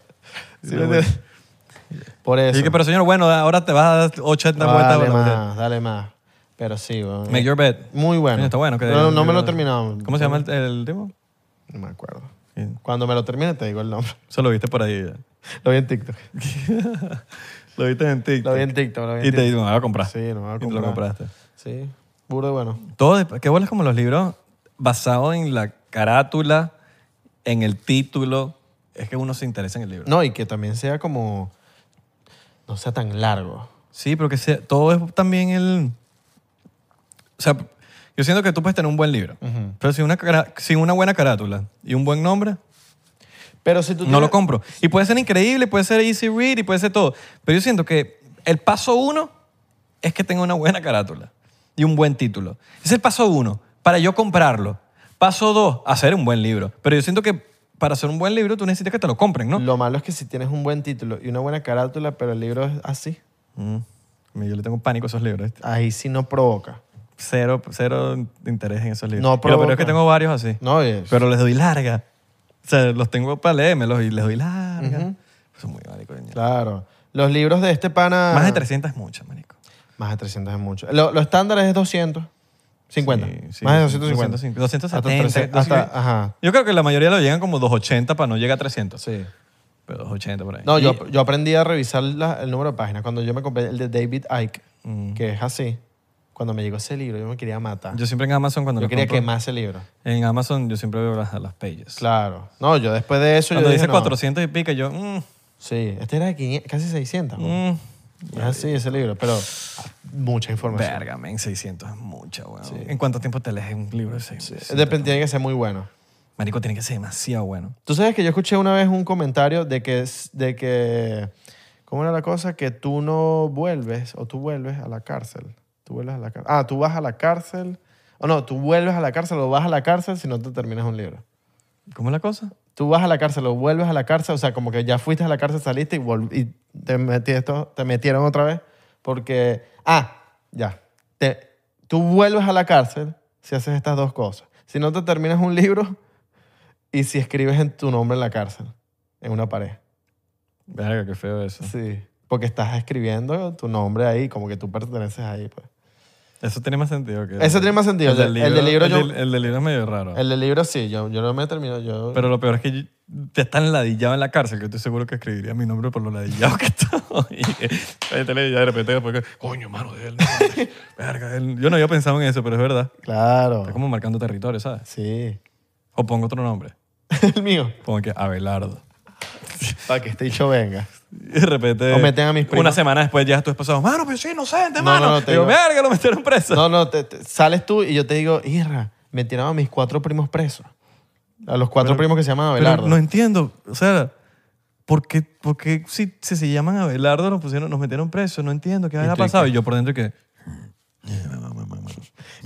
[SPEAKER 1] Sí, ¿me entiendes? Por eso.
[SPEAKER 2] Y que, pero señor, bueno, ahora te vas a dar 80 vueltas.
[SPEAKER 1] dale
[SPEAKER 2] por la tierra.
[SPEAKER 1] más, dale más. Pero sí, weón.
[SPEAKER 2] Make your bed.
[SPEAKER 1] Muy bueno.
[SPEAKER 2] Coño, está bueno. que-
[SPEAKER 1] no, no me lo he terminado.
[SPEAKER 2] ¿Cómo se llama el, el tipo?
[SPEAKER 1] No me acuerdo.
[SPEAKER 2] Sí.
[SPEAKER 1] Cuando me lo termine te digo el nombre.
[SPEAKER 2] Eso lo viste por ahí. ya.
[SPEAKER 1] Lo vi en TikTok.
[SPEAKER 2] Lo viste en TikTok.
[SPEAKER 1] Lo vi en TikTok. Lo vi en
[SPEAKER 2] Y te
[SPEAKER 1] TikTok.
[SPEAKER 2] digo, me lo voy a comprar.
[SPEAKER 1] Sí, no me lo voy a
[SPEAKER 2] Y te lo
[SPEAKER 1] comprar.
[SPEAKER 2] compraste.
[SPEAKER 1] Sí, puro y bueno.
[SPEAKER 2] Todo, de- qué bueno es como los libros basados en la carátula, en el título. Es que uno se interesa en el libro.
[SPEAKER 1] No, y que también sea como... No sea tan largo.
[SPEAKER 2] Sí, pero que sea, todo es también el... O sea, yo siento que tú puedes tener un buen libro, pero sin una, cara- sin una buena carátula y un buen nombre,
[SPEAKER 1] Pero si tú
[SPEAKER 2] no lo
[SPEAKER 1] tienes-
[SPEAKER 2] compro. Y puede ser increíble, puede ser easy read y puede ser todo. Pero yo siento que el paso uno es que tenga una buena carátula y un buen título. Es el paso uno para yo comprarlo. Paso dos, hacer un buen libro. Pero yo siento que para hacer un buen libro tú necesitas que te lo compren, ¿no?
[SPEAKER 1] Lo malo es que si tienes un buen título y una buena carátula, pero el libro es así,
[SPEAKER 2] Mm. Mira, Yo le tengo pánico a esos libros.
[SPEAKER 1] ahí sí no provoca.
[SPEAKER 2] Cero, cero interés en esos libros.
[SPEAKER 1] No
[SPEAKER 2] pero, pero es
[SPEAKER 1] provoca.
[SPEAKER 2] que tengo varios así.
[SPEAKER 1] No, es...
[SPEAKER 2] Pero les doy larga. O sea, los tengo para leérmelos y les doy larga. Son muy maricos.
[SPEAKER 1] Claro. Los libros de este pana...
[SPEAKER 2] Más de 300 es mucho, marico.
[SPEAKER 1] Más de 300 es mucho. Lo, lo estándar es 250.
[SPEAKER 2] Sí, sí,
[SPEAKER 1] más de 250.
[SPEAKER 2] 250. 270.
[SPEAKER 1] Hasta 300, hasta- ajá.
[SPEAKER 2] Yo creo que la mayoría lo llegan como 280 para no llegar a 300.
[SPEAKER 1] Sí.
[SPEAKER 2] Pero 280 por ahí.
[SPEAKER 1] No,
[SPEAKER 2] Y-
[SPEAKER 1] yo, yo aprendí a revisar la- el número de páginas. Cuando yo me compré el de David Icke, que es así, cuando me llegó ese libro, yo me quería matar. Yo,
[SPEAKER 2] Mm. Yo siempre en Amazon cuando lo
[SPEAKER 1] quería
[SPEAKER 2] compro-
[SPEAKER 1] quemar ese libro.
[SPEAKER 2] En Amazon yo siempre veo las, las pages.
[SPEAKER 1] Claro. No, yo después de eso.
[SPEAKER 2] Cuando
[SPEAKER 1] yo
[SPEAKER 2] dice
[SPEAKER 1] dije, no.
[SPEAKER 2] 400 y pica, yo... mm,
[SPEAKER 1] Sí, este era de 500, casi 600. güey.
[SPEAKER 2] mm.
[SPEAKER 1] Es así ese libro, pero mucha información.
[SPEAKER 2] Verga, men, 600 es mucha, weón. ¿En cuánto tiempo te lees un libro de 600?
[SPEAKER 1] Depende, tiene que ser muy bueno.
[SPEAKER 2] Marico, tiene que ser demasiado bueno.
[SPEAKER 1] Tú sabes que yo escuché una vez un comentario de que, es- de que ¿cómo era la cosa? Que tú no vuelves o tú vuelves a la cárcel. Tú vuelves a la cárcel. Ah, tú vas a la cárcel. O no, tú vuelves a la cárcel o vas a la cárcel si no te terminas un libro.
[SPEAKER 2] ¿Cómo es la cosa?
[SPEAKER 1] Tú vas a la cárcel o vuelves a la cárcel, o sea, como que ya fuiste a la cárcel, saliste y, vol- y te, metieron, te metieron otra vez porque... Ah, ya. Te, tú vuelves a la cárcel si haces estas dos cosas. Si no te terminas un libro y si escribes en tu nombre en la cárcel, en una pared.
[SPEAKER 2] Verga, qué feo eso.
[SPEAKER 1] Sí. Porque estás escribiendo tu nombre ahí, como que tú perteneces ahí. Pues.
[SPEAKER 2] Eso tiene más sentido que...
[SPEAKER 1] Ese tiene más sentido.
[SPEAKER 2] El del libro,
[SPEAKER 1] el del libro, yo-
[SPEAKER 2] el del- el del libro es medio raro.
[SPEAKER 1] El del libro sí, yo, yo no me termino. Yo,
[SPEAKER 2] Ah. Pero lo peor es que yo- te están ladillado en la cárcel, que estoy seguro que escribiría mi nombre por lo ladillado que estoy. Ahí te leí ya de repente después que, coño, mano, de él. no, Verga, él. Yo no había pensado en eso, pero es verdad.
[SPEAKER 1] claro.
[SPEAKER 2] Está como marcando territorio, ¿sabes?
[SPEAKER 1] Sí.
[SPEAKER 2] O pongo otro nombre.
[SPEAKER 1] el mío.
[SPEAKER 2] Pongo que Abelardo.
[SPEAKER 1] Para que este dicho venga.
[SPEAKER 2] Y de repente.
[SPEAKER 1] O meten a mis primos.
[SPEAKER 2] Una semana después llegas tu esposo, mano, pero sí, inocente,
[SPEAKER 1] No,
[SPEAKER 2] mano.
[SPEAKER 1] no, no, te
[SPEAKER 2] Digo,
[SPEAKER 1] digo-
[SPEAKER 2] verga, lo metieron preso.
[SPEAKER 1] No, no, te- te- sales tú y yo te digo, Irra, me tiraron a mis cuatro primos presos. A los cuatro primos que se llaman
[SPEAKER 2] Pero
[SPEAKER 1] Abelardo.
[SPEAKER 2] no entiendo, o sea, ¿por qué, por qué si, si se llaman Abelardo nos, pusieron, nos metieron presos? No entiendo qué había
[SPEAKER 1] estoy-
[SPEAKER 2] pasado. Y yo por dentro que...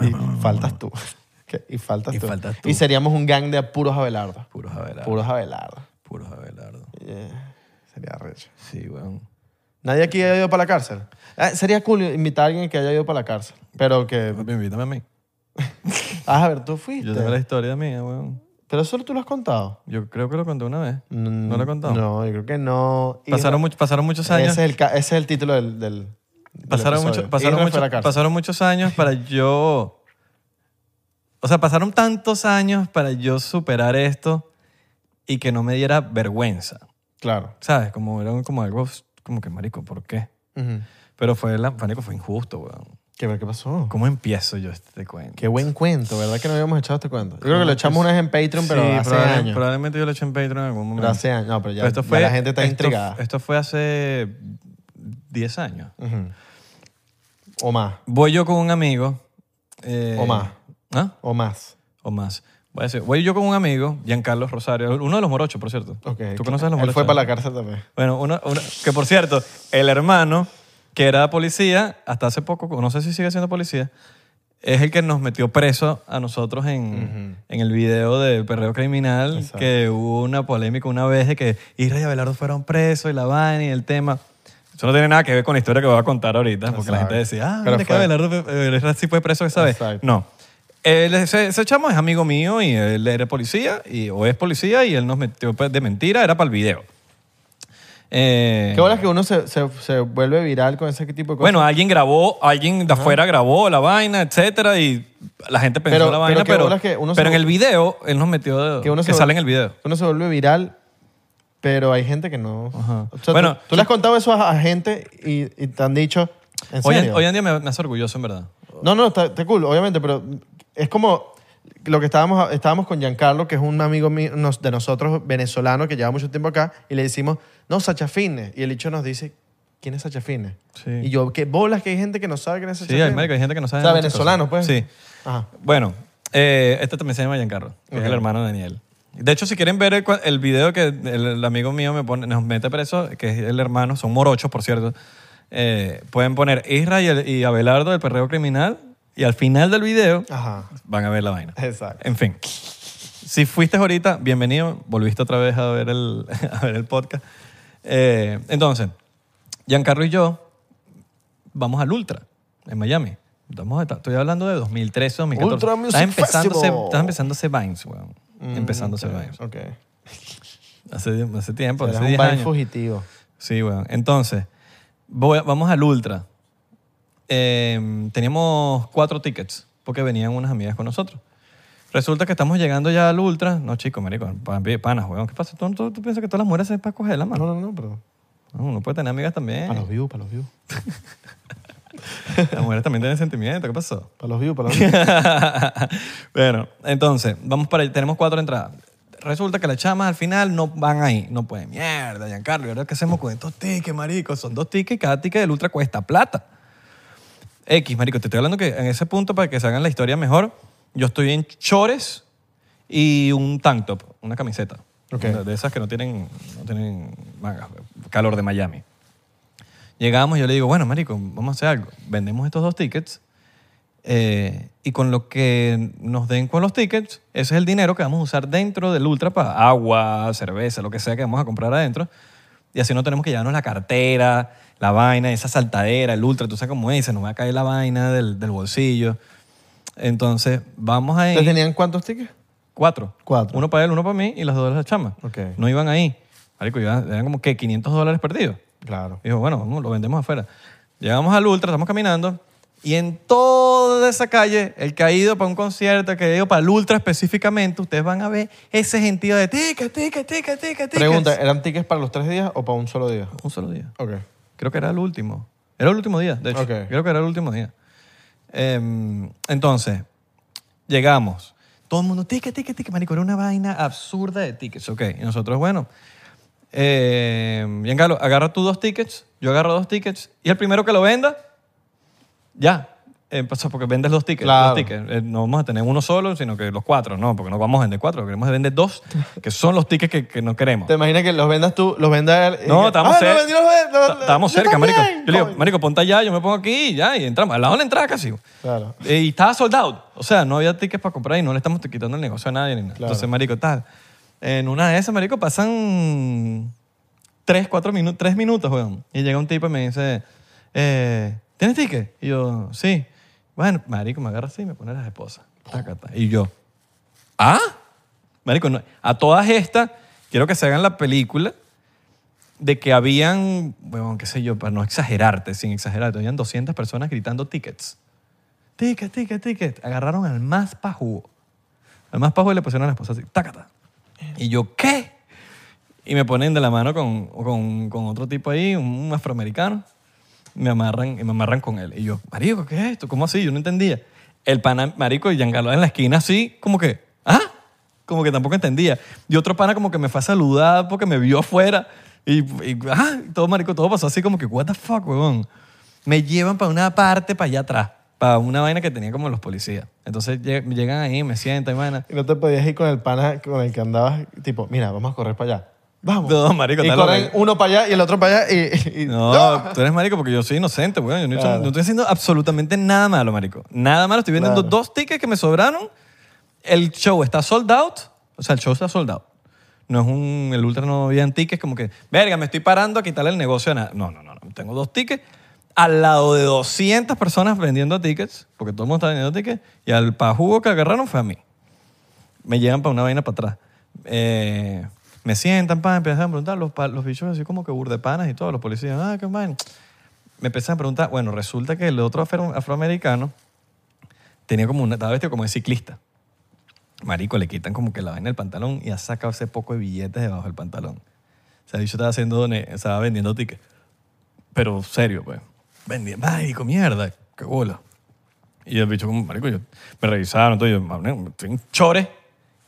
[SPEAKER 1] y faltas tú. Que- Y faltas,
[SPEAKER 2] Y
[SPEAKER 1] tú.
[SPEAKER 2] faltas tú.
[SPEAKER 1] Y seríamos un gang de puros Abelardo.
[SPEAKER 2] Puros Abelardo.
[SPEAKER 1] Puros Abelardo.
[SPEAKER 2] Puros Abelardo.
[SPEAKER 1] Yeah, Sería recho.
[SPEAKER 2] Sí, weón.
[SPEAKER 1] ¿Nadie aquí ha ido para la cárcel? Ah, sería cool invitar a alguien que haya ido para la cárcel. Pero que...
[SPEAKER 2] Papi, Invítame a mí.
[SPEAKER 1] Ah, a ver, tú fuiste.
[SPEAKER 2] Yo tengo la historia mía, weón.
[SPEAKER 1] Pero solo tú lo has contado.
[SPEAKER 2] Yo creo que lo conté una vez.
[SPEAKER 1] Mm,
[SPEAKER 2] ¿No lo he contado?
[SPEAKER 1] No, yo creo que no. Irra-
[SPEAKER 2] Pasaron, mucho- pasaron muchos años.
[SPEAKER 1] Ese es el, ca- ese es el título del... del- del
[SPEAKER 2] pasaron,
[SPEAKER 1] episodio.
[SPEAKER 2] mucho- pasaron,
[SPEAKER 1] Irra fue a
[SPEAKER 2] mucho-
[SPEAKER 1] la cárcel.
[SPEAKER 2] pasaron muchos años para yo... O sea, pasaron tantos años para yo superar esto y que no me diera vergüenza.
[SPEAKER 1] Claro.
[SPEAKER 2] ¿Sabes? Como era un- como algo, como que marico, ¿por qué?
[SPEAKER 1] Ujú.
[SPEAKER 2] Pero fue, la, marico, fue injusto, weón.
[SPEAKER 1] ¿Qué, ver, ¿Qué pasó?
[SPEAKER 2] ¿Cómo empiezo yo este cuento?
[SPEAKER 1] Qué buen cuento, ¿verdad? Que no habíamos echado este cuento. Yo creo que lo echamos una vez en Patreon, pero
[SPEAKER 2] Sí,
[SPEAKER 1] hace
[SPEAKER 2] probable-
[SPEAKER 1] años.
[SPEAKER 2] Probablemente yo lo eché en Patreon en algún
[SPEAKER 1] Pero
[SPEAKER 2] momento.
[SPEAKER 1] hace años. No, pero ya,
[SPEAKER 2] Pero esto
[SPEAKER 1] ya
[SPEAKER 2] fue-
[SPEAKER 1] la gente está
[SPEAKER 2] esto-
[SPEAKER 1] intrigada.
[SPEAKER 2] Esto fue hace 10 años.
[SPEAKER 1] O más.
[SPEAKER 2] Voy yo con un amigo. eh,
[SPEAKER 1] O más.
[SPEAKER 2] ¿Ah?
[SPEAKER 1] O más.
[SPEAKER 2] O más. Voy, a decir, voy yo con un amigo, Giancarlo Rosario, uno de los morochos, por cierto.
[SPEAKER 1] Ok.
[SPEAKER 2] ¿Tú conoces a los
[SPEAKER 1] Él
[SPEAKER 2] morochos?
[SPEAKER 1] fue para la cárcel también.
[SPEAKER 2] Bueno, uno, uno- que por cierto, el hermano, que era policía, hasta hace poco, no sé si sigue siendo policía, es el que nos metió preso a nosotros en, en el video de Perreo Criminal,
[SPEAKER 1] Exacto.
[SPEAKER 2] que hubo una polémica una vez de que Israel y Abelardo fueron presos y la vaina y el tema. Eso no tiene nada que ver con la historia que voy a contar ahorita, porque la
[SPEAKER 1] Exacto.
[SPEAKER 2] gente decía, ah,
[SPEAKER 1] Pero
[SPEAKER 2] ¿dónde que
[SPEAKER 1] fue-
[SPEAKER 2] Abelardo fue- eh, Israel sí fue preso esa vez?
[SPEAKER 1] Exacto.
[SPEAKER 2] No. Él- ese, ese chamo es amigo mío y él era policía, y, o es policía, y él nos metió pues, de mentira, era para el video. Eh,
[SPEAKER 1] Qué bola es que uno se, se, se vuelve viral con ese tipo de cosas.
[SPEAKER 2] bueno, alguien grabó, alguien de afuera grabó la vaina, etcétera, y la gente pensó
[SPEAKER 1] Pero-
[SPEAKER 2] la vaina,
[SPEAKER 1] pero qué
[SPEAKER 2] pero,
[SPEAKER 1] bolas que uno se-
[SPEAKER 2] pero en el video él nos metió de- que,
[SPEAKER 1] Que uno se vuelve-
[SPEAKER 2] sale en el video.
[SPEAKER 1] uno se vuelve viral, pero hay gente que no.
[SPEAKER 2] Ajá.
[SPEAKER 1] O sea,
[SPEAKER 2] Bueno,
[SPEAKER 1] tú, tú le has contado eso a, a gente y, y te han dicho, ¿en
[SPEAKER 2] Hoy en,
[SPEAKER 1] serio?
[SPEAKER 2] hoy en día me, me hace orgulloso, en verdad.
[SPEAKER 1] No, no, está, está cool, obviamente, pero es como lo que estábamos, estábamos con Giancarlo, que es un amigo mío- nos- de nosotros, venezolano, que lleva mucho tiempo acá, y le decimos, no, Sacha Fitness. Y el dicho nos dice, ¿quién es Sacha Fitness?
[SPEAKER 2] Sí.
[SPEAKER 1] Y yo, ¿qué bolas que hay gente que no sabe quién es Sacha
[SPEAKER 2] Sí, hay,
[SPEAKER 1] Fitness?
[SPEAKER 2] marico, hay gente que no sabe.
[SPEAKER 1] O sea,
[SPEAKER 2] muchas
[SPEAKER 1] venezolano,
[SPEAKER 2] cosas.
[SPEAKER 1] pues.
[SPEAKER 2] Sí.
[SPEAKER 1] Ajá.
[SPEAKER 2] Bueno, eh, este también se llama Giancarlo, que es
[SPEAKER 1] Ok.
[SPEAKER 2] el hermano de Daniel. De hecho, si quieren ver el, cua- el video que el, el amigo mío me pone, nos mete preso, que es el hermano, son morochos, por cierto, eh, pueden poner Isra y, el- y Abelardo del perreo criminal y al final del video
[SPEAKER 1] Ajá.
[SPEAKER 2] van a ver la vaina.
[SPEAKER 1] Exacto.
[SPEAKER 2] En fin. Si fuiste ahorita, bienvenido. Volviste otra vez a ver el, a ver el podcast. Eh, entonces, Giancarlo y yo vamos al Ultra en Miami. Estamos- estoy hablando de 2013, 2014.
[SPEAKER 1] Ultra Music
[SPEAKER 2] estás empezando a hacer-
[SPEAKER 1] Festival. Mm,
[SPEAKER 2] Estás empezando a hacer Vines, weón. empezando a hacer Vines.
[SPEAKER 1] Ok.
[SPEAKER 2] Hace, hace tiempo,
[SPEAKER 1] Eres
[SPEAKER 2] hace
[SPEAKER 1] un
[SPEAKER 2] 10
[SPEAKER 1] vain
[SPEAKER 2] años.
[SPEAKER 1] fugitivo.
[SPEAKER 2] Sí, weón. Entonces, voy- vamos al Ultra. Eh, teníamos cuatro tickets porque venían unas amigas con nosotros. Resulta que estamos llegando ya al Ultra. No, chico, marico, pan- panas, weón. ¿Qué pasa? ¿Tú, tú, tú piensas que todas las mujeres se para coger la
[SPEAKER 1] No,
[SPEAKER 2] mano?
[SPEAKER 1] no, no, pero...
[SPEAKER 2] No, uno puede tener amigas también.
[SPEAKER 1] Para los views, para los views.
[SPEAKER 2] Las mujeres también tienen sentimiento. ¿Qué pasó?
[SPEAKER 1] Para los views, para los views.
[SPEAKER 2] bueno, entonces, vamos para allá. Tenemos cuatro entradas. Resulta que las chamas al final no van ahí. No pueden. Mierda, Giancarlo, ¿y ahora qué hacemos con estos tickets, marico? Son dos tickets y cada ticket del Ultra cuesta plata. X, marico, te estoy hablando que en ese punto, para que se hagan la historia mejor, yo estoy en chores y un tank top, una camiseta.
[SPEAKER 1] Ok.
[SPEAKER 2] De- De esas que no tienen, no tienen mangas, calor de Miami. Llegamos y yo le digo, bueno, marico, vamos a hacer algo. Vendemos estos dos tickets eh, y con lo que nos den con los tickets, ese es el dinero que vamos a usar dentro del Ultra para agua, cerveza, lo que sea que vamos a comprar adentro. Y así no tenemos que llevarnos la cartera, la vaina, esa saltadera, el Ultra, tú sabes cómo es, se nos va a caer la vaina del, del bolsillo. Entonces, vamos a
[SPEAKER 1] ¿Ustedes
[SPEAKER 2] ir...
[SPEAKER 1] tenían cuántos tickets?
[SPEAKER 2] Cuatro.
[SPEAKER 1] Cuatro.
[SPEAKER 2] Uno para él, uno para mí y las dos de las chamas.
[SPEAKER 1] Ok.
[SPEAKER 2] No iban ahí. Marico, iban- eran como que 500 dólares perdidos.
[SPEAKER 1] Claro.
[SPEAKER 2] Dijo, bueno, vamos, lo vendemos afuera. Llegamos al Ultra, estamos caminando, y en toda esa calle, el que ha ido para un concierto, el que ha ido para el Ultra específicamente, ustedes van a ver ese gentío de tica, tica, tica, tica, tica.
[SPEAKER 1] Pregunta, ¿eran tickets para los tres días o para un solo día?
[SPEAKER 2] Un solo día.
[SPEAKER 1] Ok.
[SPEAKER 2] Creo que era el último. Era el último día, de hecho.
[SPEAKER 1] Ok.
[SPEAKER 2] Creo que era el último día. Em, entonces, llegamos. Todo el mundo, tique, tique, tique, marico. Era una vaina absurda de tickets, ok. Y nosotros, bueno. em, bien, Galo, agarra tú dos tickets, yo agarro dos tickets, y el primero que lo venda, ya. Eh, pues, porque vendes los tickets.
[SPEAKER 1] Claro.
[SPEAKER 2] Los tickets. Eh, no vamos a tener uno solo, sino que los cuatro, no, porque no vamos a vender cuatro, queremos vender dos, que son los tickets que, que no queremos.
[SPEAKER 1] ¿Te imaginas que los vendas tú, los venda él? y
[SPEAKER 2] No,
[SPEAKER 1] que,
[SPEAKER 2] estábamos
[SPEAKER 1] "Ah, lo
[SPEAKER 2] cerca.
[SPEAKER 1] vendí, lo vendí, lo- lo-
[SPEAKER 2] Estábamos
[SPEAKER 1] yo
[SPEAKER 2] cerca, marico.
[SPEAKER 1] también".
[SPEAKER 2] Yo le digo,
[SPEAKER 1] Coño.
[SPEAKER 2] marico, ponte allá, yo me pongo aquí y ya, y entramos. Al lado de la entrada casi.
[SPEAKER 1] Claro.
[SPEAKER 2] Eh, Y estaba soldado O sea, no había tickets para comprar y no le estamos quitando el negocio a nadie ni nada.
[SPEAKER 1] Claro.
[SPEAKER 2] Entonces, marico, tal. En una de esas, marico, pasan tres, cuatro minutos, tres minutos, weón. Y llega un tipo y me dice, eh, ¿tienes ticket? Y yo, sí. Bueno, marico, me agarra así y me pone las esposas. Taca, taca. Y yo, ¿ah? Marico, no- a todas estas, quiero que se hagan la película de que habían, bueno, qué sé yo, para no exagerarte, sin exagerarte, habían 200 personas gritando tickets. Ticket, ticket, ticket. Agarraron al más pajugo. Al más pajugo y le pusieron a la esposa así, tácata. Y yo, ¿qué? Y me ponen de la mano con, con, con otro tipo ahí, un, un afroamericano. Me amarran, y me amarran con él. Y yo, marico, ¿qué es esto? ¿Cómo así? Yo no entendía. El pana, marico, y Giancarlo en la esquina así, como que, ¿ah? Como que tampoco entendía. Y otro pana como que me fue a saludar porque me vio afuera. Y, y, ah, todo marico, todo pasó así como que, what the fuck, weón. Me llevan para una parte, para allá atrás, para una vaina que tenía como los policías. Entonces lle- llegan ahí, me sientan, y vaina.
[SPEAKER 1] Y no te podías ir con el pana con el que andabas, tipo, mira, vamos a correr para allá. Vamos.
[SPEAKER 2] No, marico,
[SPEAKER 1] y
[SPEAKER 2] está
[SPEAKER 1] corren
[SPEAKER 2] loco.
[SPEAKER 1] uno para allá y el otro para allá y... y-
[SPEAKER 2] No, tú eres marico porque yo soy inocente, weón. Yo no, he hecho-
[SPEAKER 1] Claro.
[SPEAKER 2] no estoy haciendo absolutamente nada malo, marico. Nada malo. Estoy vendiendo
[SPEAKER 1] Claro.
[SPEAKER 2] dos tickets que me sobraron. El show está sold out. O sea, el show está sold out. No es un... El Ultra no habían tickets como que... Verga, me estoy parando a quitarle el negocio a nada. No, no, no, no. Tengo dos tickets al lado de 200 personas vendiendo tickets, porque todo el mundo está vendiendo tickets, y al pajugo que agarraron fue a mí me llevan para una vaina para atrás. Eh, me sientan, pa, empiezan a preguntar, los, pa- los bichos así como que burdepanas y todo, los policías, ah, qué vaina. Me empiezan a preguntar, bueno, resulta que el otro afro- afroamericano tenía como una, estaba vestido como de ciclista. Marico, le quitan como que la vaina del pantalón y ha sacado ese poco de billetes debajo del pantalón. O sea, el bicho estaba, haciendo, done- estaba vendiendo tickets. Pero serio, pues. Vendiendo, marico, mierda, qué bola. Y el bicho como, marico, yo, me revisaron, entonces yo, "Mamen, estoy en chores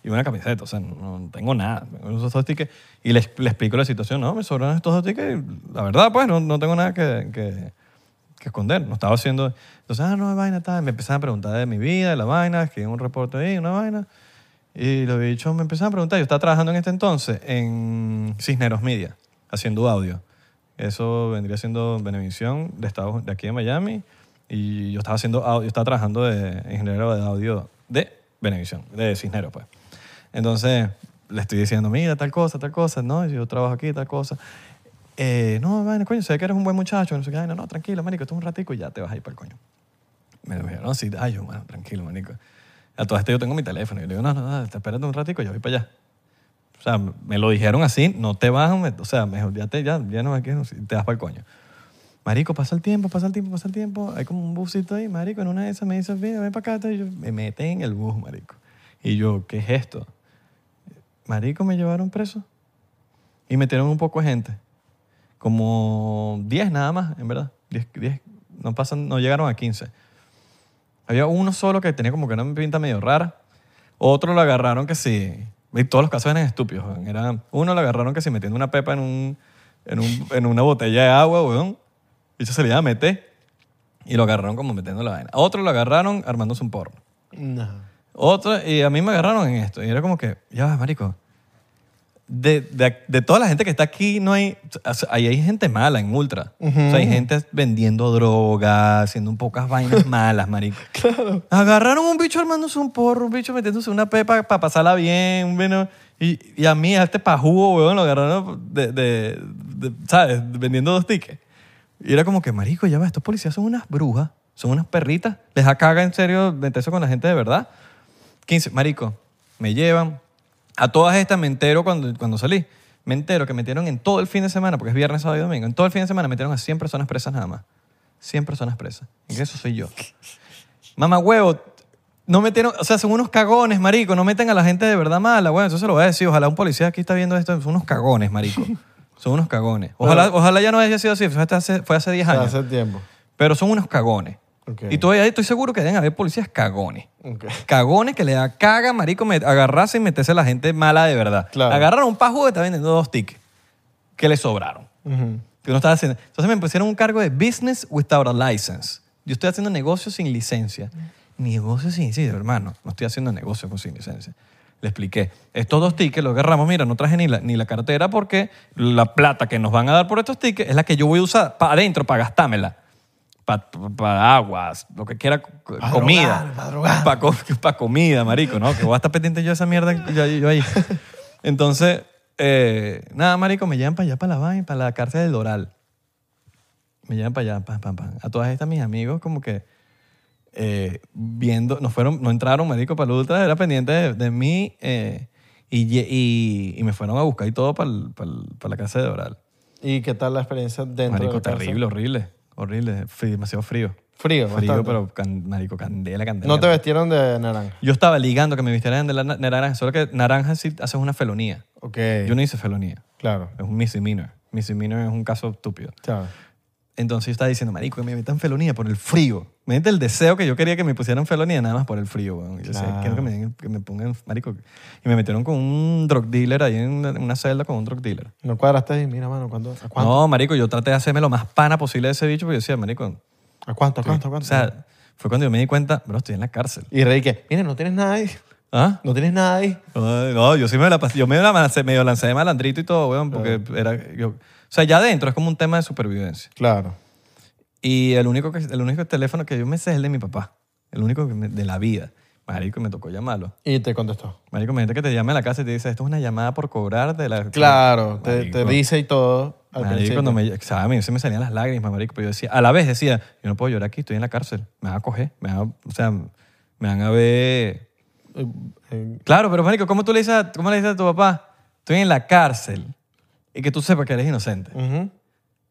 [SPEAKER 2] y una camiseta, o sea, no, no tengo nada. Tengo esos dos tickets y les, les explico la situación, no, me sobraron estos dos tickets y la verdad, pues, no, no tengo nada que, que, que esconder. No estaba haciendo, entonces, ah, no, vaina, tal. Me empezaban a preguntar de mi vida, de la vaina, escribí un reporte ahí, una vaina. Y los bichos me empezaban a preguntar, yo estaba trabajando en este entonces en Cisneros Media, haciendo audio. Eso vendría siendo Benevisión de, Estados, de aquí de Miami. Y yo estaba, haciendo, au- yo estaba trabajando de ingeniero de audio de Benevisión, de Cisneros, pues. Entonces le estoy diciendo, mira, tal cosa, tal cosa, ¿no? Yo trabajo aquí, tal cosa. Eh, no, vaina, coño, sé que eres un buen muchacho, no sé qué, "Ay, no, no, tranquilo, marico, esto es un ratico y ya te vas a ir para el coño. Me dijeron, no, sí, ay, yo, mano, tranquilo, marico. A todas estas yo tengo mi teléfono. Y le digo, no, no, no, te espérate un ratico, yo voy para allá. O sea, me lo dijeron así, no te vas, me- o sea, mejor ya te, ya, ya no me quedo, te vas para el coño. Marico, pasa el tiempo, pasa el tiempo, pasa el tiempo. Hay como un busito ahí, marico, en una de esas me dice, mira, ven para acá. Y yo, me meten en el bus, marico. Y yo, ¿qué es esto? Marico, me llevaron preso. Y metieron un poco de gente. Como 10 nada más, en verdad. 10, 10, no, pasan, no llegaron a 15. Había uno solo que tenía como que una pinta medio rara. Otro lo agarraron que sí. Y todos los casos eran estúpidos. weón. Era, uno lo agarraron que sí metiendo una pepa en, un, en, un- en una botella de agua, weón. Y se le iba a meter. Y lo agarraron como metiendo la vaina. Otro lo agarraron armándose un porno.
[SPEAKER 1] No.
[SPEAKER 2] Otra, y a mí me agarraron en esto. Y era como que, ya va, marico. De, de- de toda la gente que está aquí, no hay. o sea, ahí hay gente mala en Ultra. O sea, hay gente vendiendo drogas, haciendo un pocas vainas malas, marico. Claro. Agarraron un bicho armándose un porro, un bicho metiéndose una pepa para pasarla bien, un vino. Y, y a mí, a este pajugo, weón, lo agarraron de, de- de- ¿Sabes? Vendiendo dos tickets. Y era como que, marico, ya va, estos policías son unas brujas, son unas perritas. Les da caga en serio meterse con la gente de verdad. 15, marico, me llevan. A todas estas me entero cuando, cuando salí. Me entero que metieron en todo el fin de semana, porque es viernes, sábado y domingo, en todo el fin de semana metieron a 100 personas presas nada más. 100 personas presas. Y eso soy yo. Mamá huevo, no metieron, o sea, son unos cagones, marico, no meten a la gente de verdad mala, bueno, eso se lo voy a decir, ojalá un policía aquí está viendo esto, son unos cagones, marico. Son unos cagones. Ojalá, ojalá ya no haya sido así, fue hace, fue hace 10
[SPEAKER 1] O sea,
[SPEAKER 2] años.
[SPEAKER 1] hace tiempo.
[SPEAKER 2] Pero son unos cagones.
[SPEAKER 1] Ok.
[SPEAKER 2] Y todavía estoy seguro que deben haber policías cagones.
[SPEAKER 1] Ok.
[SPEAKER 2] Cagones que le da caga, marico, me- agarrarse y meterse a la gente mala de verdad.
[SPEAKER 1] Claro.
[SPEAKER 2] Agarraron un pajo que está vendiendo dos tickets que le sobraron.
[SPEAKER 1] Ujú.
[SPEAKER 2] Que no estaba haciendo. Entonces me pusieron un cargo de business without a license. Yo estoy haciendo negocio sin licencia. Negocio sin licencia, hermano. No estoy haciendo negocio con- sin licencia. Le expliqué. Estos dos tickets los agarramos. Mira, no traje ni la, ni la cartera porque la plata que nos van a dar por estos tickets es la que yo voy a usar para adentro, para gastármela. Para aguas, lo que quiera, co-
[SPEAKER 1] Pa'
[SPEAKER 2] comida.
[SPEAKER 1] drogar, pa' drogar.
[SPEAKER 2] Pa' co- pa' comida, marico, ¿no? Que voy a estar pendiente yo de esa mierda yo, yo ahí. Entonces, eh, nada, marico, me llevan para allá, para la vaina, para la cárcel del Doral. Me llevan para allá, pam, pam, pam. A todas estas mis amigos como que eh, viendo, no fueron, no entraron, marico, para el ultra, era pendiente de, de mí eh, y, lle- y, y me fueron a buscar y todo para la cárcel del Doral.
[SPEAKER 1] ¿Y qué tal la experiencia dentro de
[SPEAKER 2] Marico,
[SPEAKER 1] la cárcel?
[SPEAKER 2] terrible, horrible, horrible, fri- demasiado frío.
[SPEAKER 1] Frío,
[SPEAKER 2] Frío,
[SPEAKER 1] bastante.
[SPEAKER 2] pero can- marico, candela, candela.
[SPEAKER 1] No te
[SPEAKER 2] candela.
[SPEAKER 1] vestieron de naranja.
[SPEAKER 2] Yo estaba ligando que me vistieran de la na- naranja, solo que naranja sí haces una felonía.
[SPEAKER 1] Ok.
[SPEAKER 2] Yo no hice felonía,
[SPEAKER 1] Claro.
[SPEAKER 2] es un misdemeanor. Misdemeanor es un caso estúpido.
[SPEAKER 1] Claro.
[SPEAKER 2] Entonces yo estaba diciendo, marico, que me metan felonía por el frío. Imagínate el deseo que yo quería que me pusieran felonía nada más por el frío, weón. Yo decía,
[SPEAKER 1] Claro.
[SPEAKER 2] quiero que me, den- que me pongan, marico. Y me metieron con un drug dealer ahí en una, en una celda con un drug dealer.
[SPEAKER 1] No cuadraste ahí, mira, mano, ¿cuánto? ¿A cuánto?
[SPEAKER 2] No, marico, yo traté de hacerme lo más pana posible de ese bicho, porque yo decía, marico,
[SPEAKER 1] ¿A cuánto? ¿A cuánto? ¿A
[SPEAKER 2] o
[SPEAKER 1] cuánto?
[SPEAKER 2] sea, fue cuando yo me di cuenta, bro, estoy en la cárcel.
[SPEAKER 1] y Rey que, miren, no tienes nada ahí.
[SPEAKER 2] ¿Ah?
[SPEAKER 1] No tienes nada ahí.
[SPEAKER 2] Ay, No, yo sí me la pasé, yo me la lancé, medio lancé de malandrito y todo, weón, porque era, yo, o sea, ya adentro es como un tema de supervivencia.
[SPEAKER 1] Claro.
[SPEAKER 2] Y el único, que, el único teléfono que yo me sé es el de mi papá, el único que me- de la vida. Marico, me tocó llamarlo.
[SPEAKER 1] Y te contestó.
[SPEAKER 2] Marico, imagínate que te llame a la casa y te dice, esto es una llamada por cobrar de la...
[SPEAKER 1] Claro, te,
[SPEAKER 2] Marico.
[SPEAKER 1] te dice y todo. al
[SPEAKER 2] Marico,
[SPEAKER 1] principio.
[SPEAKER 2] cuando me... ¿sabes? A mí se me salían las lágrimas, marico. Pero yo decía, a la vez decía, yo no puedo llorar aquí, estoy en la cárcel. Me van a coger, me van a... O sea, me van a ver...
[SPEAKER 1] Eh, eh,
[SPEAKER 2] Claro, pero marico, ¿cómo tú le dices a, cómo le dices a tu papá? Estoy en la cárcel. Y que tú sepas que eres inocente.
[SPEAKER 1] ujú.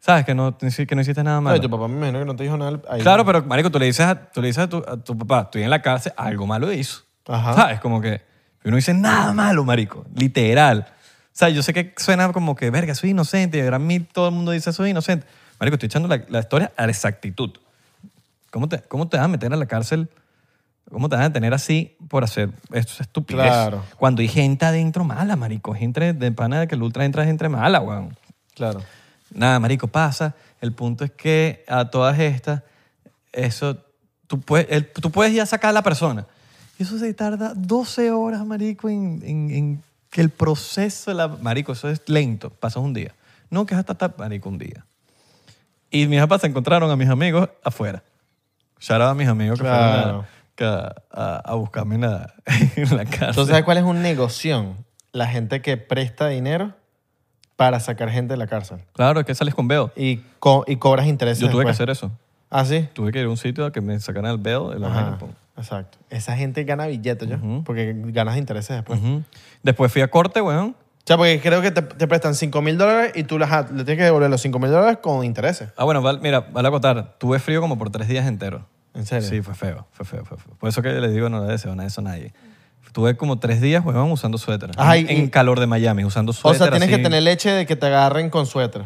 [SPEAKER 2] ¿Sabes? Que no, que no hiciste nada
[SPEAKER 1] No,
[SPEAKER 2] malo.
[SPEAKER 1] tu papá me imagino que no te dijo nada ahí.
[SPEAKER 2] Claro, pero marico, tú le dices a, tú le dices a, tu, a tu papá, estoy en la cárcel, algo malo hizo.
[SPEAKER 1] Ajá.
[SPEAKER 2] ¿Sabes? Como que yo no hice nada malo, marico. Literal. O sea, yo sé que suena como que, verga, soy inocente. Y ahora mí todo el mundo dice, soy inocente. Marico, estoy echando la, la historia a la exactitud. ¿Cómo te, ¿Cómo te vas a meter a la cárcel? ¿Cómo te vas a tener así por hacer esto es estupidez?
[SPEAKER 1] Claro.
[SPEAKER 2] Cuando hay gente adentro mala, marico. Gente de pana de que el ultra entra gente mala, weón.
[SPEAKER 1] Claro.
[SPEAKER 2] Nada, marico, pasa. El punto es que a todas estas, eso, tú puedes, el- tú puedes ya sacar a la persona. Y eso se tarda 12 horas, marico, en, en- en que el proceso, de la, marico, eso es lento. Pasas un día. No, que es hasta tarde, marico, un día. Y mis papás se encontraron a mis amigos afuera. Shout out a mis amigos que
[SPEAKER 1] Claro.
[SPEAKER 2] fueron a, que a- a- a buscarme en la, en la casa.
[SPEAKER 1] Entonces, ¿sabes cuál es un negoción? La gente que presta dinero para sacar gente de la cárcel.
[SPEAKER 2] claro, es que sales con veo.
[SPEAKER 1] Y, co- y cobras intereses.
[SPEAKER 2] Yo tuve que
[SPEAKER 1] después.
[SPEAKER 2] hacer eso.
[SPEAKER 1] Ah, sí.
[SPEAKER 2] Tuve que ir a un sitio a que me sacaran el veo de la
[SPEAKER 1] Ajá,
[SPEAKER 2] vaina, pum.
[SPEAKER 1] Exacto. Esa gente gana billetes, ¿yo? Porque ganas intereses después.
[SPEAKER 2] Ujú. Después fui a corte, weón.
[SPEAKER 1] O sea, porque creo que te, te prestan 5 mil dólares y tú las, le tienes que devolver los 5 mil dólares con intereses.
[SPEAKER 2] Ah, bueno, val- mira, vale acotar. Tuve frío como por tres días enteros.
[SPEAKER 1] ¿En serio?
[SPEAKER 2] Sí, fue feo, fue feo, fue feo. Por eso que les digo, no le deseo nada de eso a nadie. Tuve como tres días, weón, usando suéter.
[SPEAKER 1] Ajá,
[SPEAKER 2] en,
[SPEAKER 1] y-
[SPEAKER 2] en calor de Miami, usando
[SPEAKER 1] o
[SPEAKER 2] suéter.
[SPEAKER 1] sea, tienes que
[SPEAKER 2] así.
[SPEAKER 1] tener leche de que te agarren con suéter.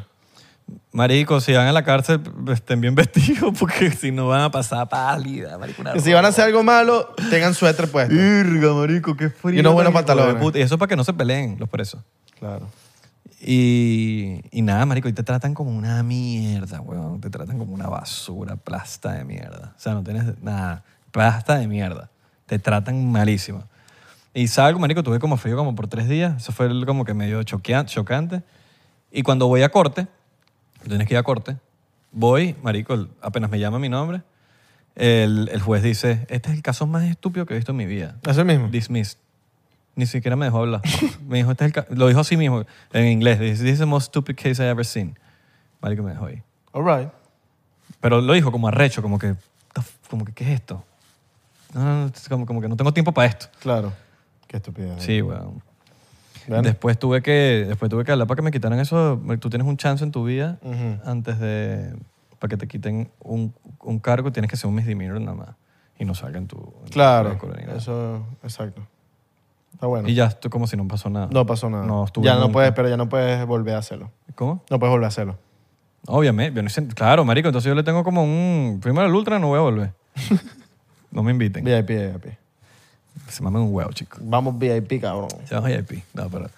[SPEAKER 2] Marico, si van a la cárcel, estén bien vestidos, porque si no van a pasar pálida, marico. una
[SPEAKER 1] Que si van a hacer algo malo, tengan suéter puesto.
[SPEAKER 2] Virga, marico, qué frío.
[SPEAKER 1] Y unos buenos
[SPEAKER 2] marico, de
[SPEAKER 1] pantalones.
[SPEAKER 2] puta. Y eso es para que no se peleen los presos.
[SPEAKER 1] Claro.
[SPEAKER 2] Y, y nada, marico, y te tratan como una mierda, weón. Te tratan como una basura, plasta de mierda. O sea, no tienes nada. Plasta de mierda. Te tratan malísimo. Y salgo, marico, tuve como frío como por tres días. Eso fue el- como que medio choquea- chocante. Y cuando voy a corte, tienes que ir a corte, voy, marico, el- apenas me llama mi nombre, el, el juez dice, este es el caso más estúpido que he visto en mi vida.
[SPEAKER 1] Eso es el mismo.
[SPEAKER 2] Dismissed. Ni siquiera me dejó hablar. me dijo, este es el ca-". lo dijo así mismo, en inglés. This is the most stupid case I've ever seen. Marico, me dejó ahí.
[SPEAKER 1] All right.
[SPEAKER 2] Pero lo dijo como arrecho, como que, "The f- como que, ¿qué es esto? No, no, no, como, como que no tengo tiempo para esto.
[SPEAKER 1] Claro. Qué estupidez.
[SPEAKER 2] Sí, weón.
[SPEAKER 1] Bueno.
[SPEAKER 2] Después tuve que después tuve que hablar para que me quitaran eso. eh, Tú tienes un chance en tu vida
[SPEAKER 1] Ujú.
[SPEAKER 2] antes de para que te quiten un, un cargo tienes que ser un misdemeanor nada más y no salgan tu en tu
[SPEAKER 1] Claro.
[SPEAKER 2] récord ni nada.
[SPEAKER 1] Eso, exacto. Está bueno.
[SPEAKER 2] Y ya tú como si no pasó nada.
[SPEAKER 1] No pasó nada.
[SPEAKER 2] No estuve
[SPEAKER 1] ya no
[SPEAKER 2] nunca.
[SPEAKER 1] puedes, pero ya no puedes volver a hacerlo.
[SPEAKER 2] ¿Cómo?
[SPEAKER 1] No puedes volver a hacerlo.
[SPEAKER 2] Obviamente, yo no hice- claro, marico, entonces yo le tengo como un primero al ultra no voy a volver. no me inviten.
[SPEAKER 1] VIP, VIP.
[SPEAKER 2] Se mamen un huevo, chico.
[SPEAKER 1] Vamos VIP, cabrón.
[SPEAKER 2] Se van VIP. No, pero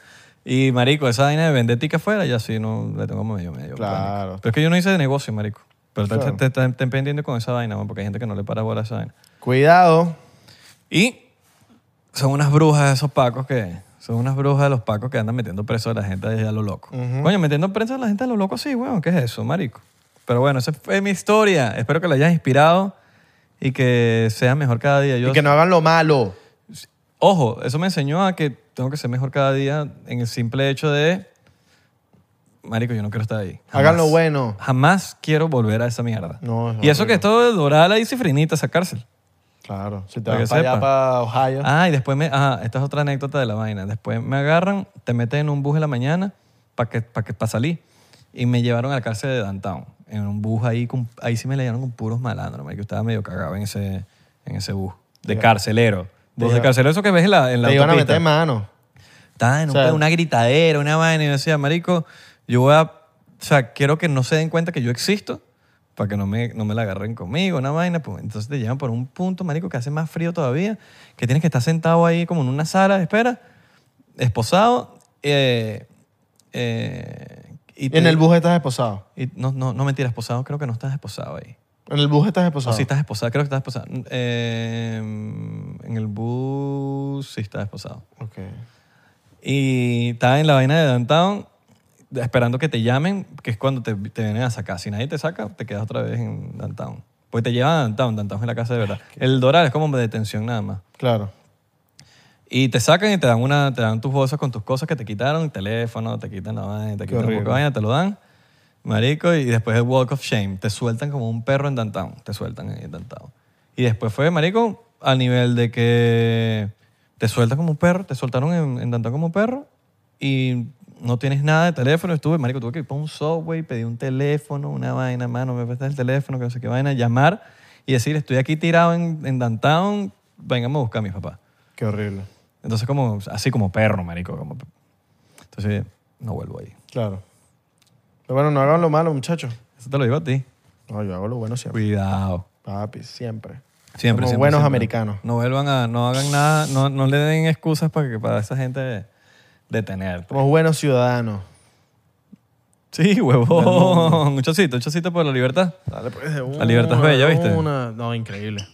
[SPEAKER 2] y marico, esa vaina de vender tica afuera ya sí no le tengo medio medio.
[SPEAKER 1] Claro.
[SPEAKER 2] Pero es que yo no hice de negocio, marico. Pero te-
[SPEAKER 1] Claro.
[SPEAKER 2] te, te, te pendiente con esa vaina, man, porque hay gente que no le para bola a esa vaina.
[SPEAKER 1] Cuidado.
[SPEAKER 2] Y son unas brujas esos pacos que... Son unas brujas de los pacos que andan metiendo preso a la gente de a lo loco. Coño, metiendo preso a la gente a lo loco, sí, weón. ¿Qué es eso, marico? Pero bueno, esa fue mi historia. Espero que la hayas inspirado y que sea mejor cada día. Yo,
[SPEAKER 1] Y que no hagan lo malo.
[SPEAKER 2] Ojo, eso me enseñó a que tengo que ser mejor cada día en el simple hecho de... Marico, yo no quiero estar ahí. Jamás.
[SPEAKER 1] Hagan lo bueno.
[SPEAKER 2] Jamás quiero volver a esa mierda.
[SPEAKER 1] No, es
[SPEAKER 2] y eso que es todo dorada la disciplinita, esa cárcel.
[SPEAKER 1] Claro. Si te
[SPEAKER 2] Para
[SPEAKER 1] vas
[SPEAKER 2] que
[SPEAKER 1] para allá,
[SPEAKER 2] sepa.
[SPEAKER 1] para Ohio.
[SPEAKER 2] Ah, y después me... Ajá, esta es otra anécdota de la vaina. Después me agarran, te meten en un bus en la mañana para que, pa' que, pa' salir. Y me llevaron a la cárcel de downtown. En un bus ahí, con, ahí sí me leyeron con puros malandros, marico. Yo estaba medio cagado en ese, en ese bus. De carcelero. Bus de
[SPEAKER 1] iba-
[SPEAKER 2] carcelero, eso que ves en la, en la
[SPEAKER 1] te iban a
[SPEAKER 2] autopista.
[SPEAKER 1] meter mano.
[SPEAKER 2] Estaba en un
[SPEAKER 1] O sea-
[SPEAKER 2] pedo, una gritadera, una vaina. Y yo decía, marico, yo voy a... O sea, quiero que no se den cuenta que yo existo para que no me, no me la agarren conmigo, una vaina. Pues, entonces te llevan por un punto, marico, que hace más frío todavía, que tienes que estar sentado ahí como en una sala de espera, esposado. eh, eh, y te-
[SPEAKER 1] En el bus estás esposado.
[SPEAKER 2] y no, no, no mentiras, esposado creo que no estás esposado ahí.
[SPEAKER 1] En el bus estás
[SPEAKER 2] O
[SPEAKER 1] esposado.
[SPEAKER 2] si estás esposado, creo que estás esposado. Eh, en el bus sí estás esposado.
[SPEAKER 1] Ok.
[SPEAKER 2] Y estaba en la vaina de downtown esperando que te llamen, que es cuando te, te vienen a sacar. Si nadie te saca, te quedas otra vez en downtown. Pues te llevan a downtown, downtown es la casa de verdad. El Doral es como detención nada más.
[SPEAKER 1] Claro.
[SPEAKER 2] Y te sacan y te dan, una, te dan tus bolsas con tus cosas que te quitaron, teléfono, te quitan la vaina, te quitan un poco
[SPEAKER 1] horrible.
[SPEAKER 2] de vaina, te lo dan, marico, y después el walk of shame. Te sueltan como un perro en downtown, te sueltan en downtown. Y después fue, marico, al nivel de que te sueltan como un perro, te soltaron en, en downtown como un perro y no tienes nada de teléfono. Estuve, marico, tuve que ir para un subway, pedí un teléfono, una vaina, mano, me prestas el teléfono, que no sé qué vaina, llamar y decir, estoy aquí tirado en, en downtown, vengan a buscar a mis papás.
[SPEAKER 1] Qué horrible.
[SPEAKER 2] Entonces, como, así como perro, marico. Como... Entonces, no vuelvo ahí.
[SPEAKER 1] Claro. Pero bueno, no hagan lo malo, muchachos.
[SPEAKER 2] Eso te lo digo a ti.
[SPEAKER 1] No, yo hago lo bueno siempre.
[SPEAKER 2] Cuidado.
[SPEAKER 1] Papi, siempre.
[SPEAKER 2] Siempre,
[SPEAKER 1] Como
[SPEAKER 2] siempre,
[SPEAKER 1] buenos
[SPEAKER 2] siempre.
[SPEAKER 1] americanos.
[SPEAKER 2] No vuelvan a, no hagan nada, no, no le den excusas para que para esa gente detener.
[SPEAKER 1] Como buenos ciudadanos.
[SPEAKER 2] Sí, huevón. Un chocito, un chocito por la libertad.
[SPEAKER 1] Dale, pues, de
[SPEAKER 2] La libertad es
[SPEAKER 1] una,
[SPEAKER 2] bella, ¿viste?
[SPEAKER 1] una. No, increíble.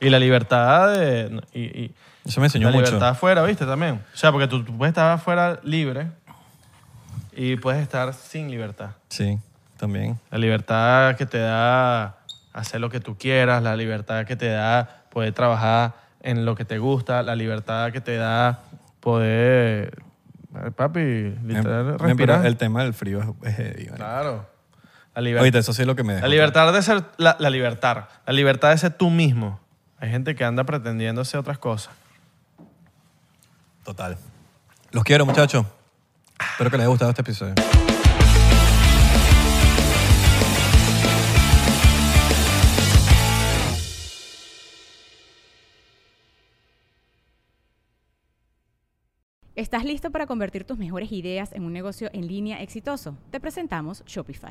[SPEAKER 1] Y la libertad de... y- y-
[SPEAKER 2] Eso me enseñó
[SPEAKER 1] la
[SPEAKER 2] mucho.
[SPEAKER 1] libertad afuera, ¿viste? También. O sea, porque tú, tú puedes estar afuera libre y puedes estar sin libertad.
[SPEAKER 2] Sí, también.
[SPEAKER 1] La libertad que te da hacer lo que tú quieras, la libertad que te da poder trabajar en lo que te gusta, la libertad que te da poder... Ay, Papi, literal,
[SPEAKER 2] Mira,
[SPEAKER 1] respirar.
[SPEAKER 2] Em, pero El tema del frío es, es heavy, marico.
[SPEAKER 1] Claro. La libertad.
[SPEAKER 2] Ahorita, eso sí es lo que me dejó.
[SPEAKER 1] La libertad de ser la, la libertad, la libertad de ser tú mismo. Hay gente que anda pretendiendo hacer otras cosas.
[SPEAKER 2] Total. Los quiero, muchachos. Espero que les haya gustado este episodio.
[SPEAKER 3] ¿Estás listo para convertir tus mejores ideas en un negocio en línea exitoso? Te presentamos Shopify.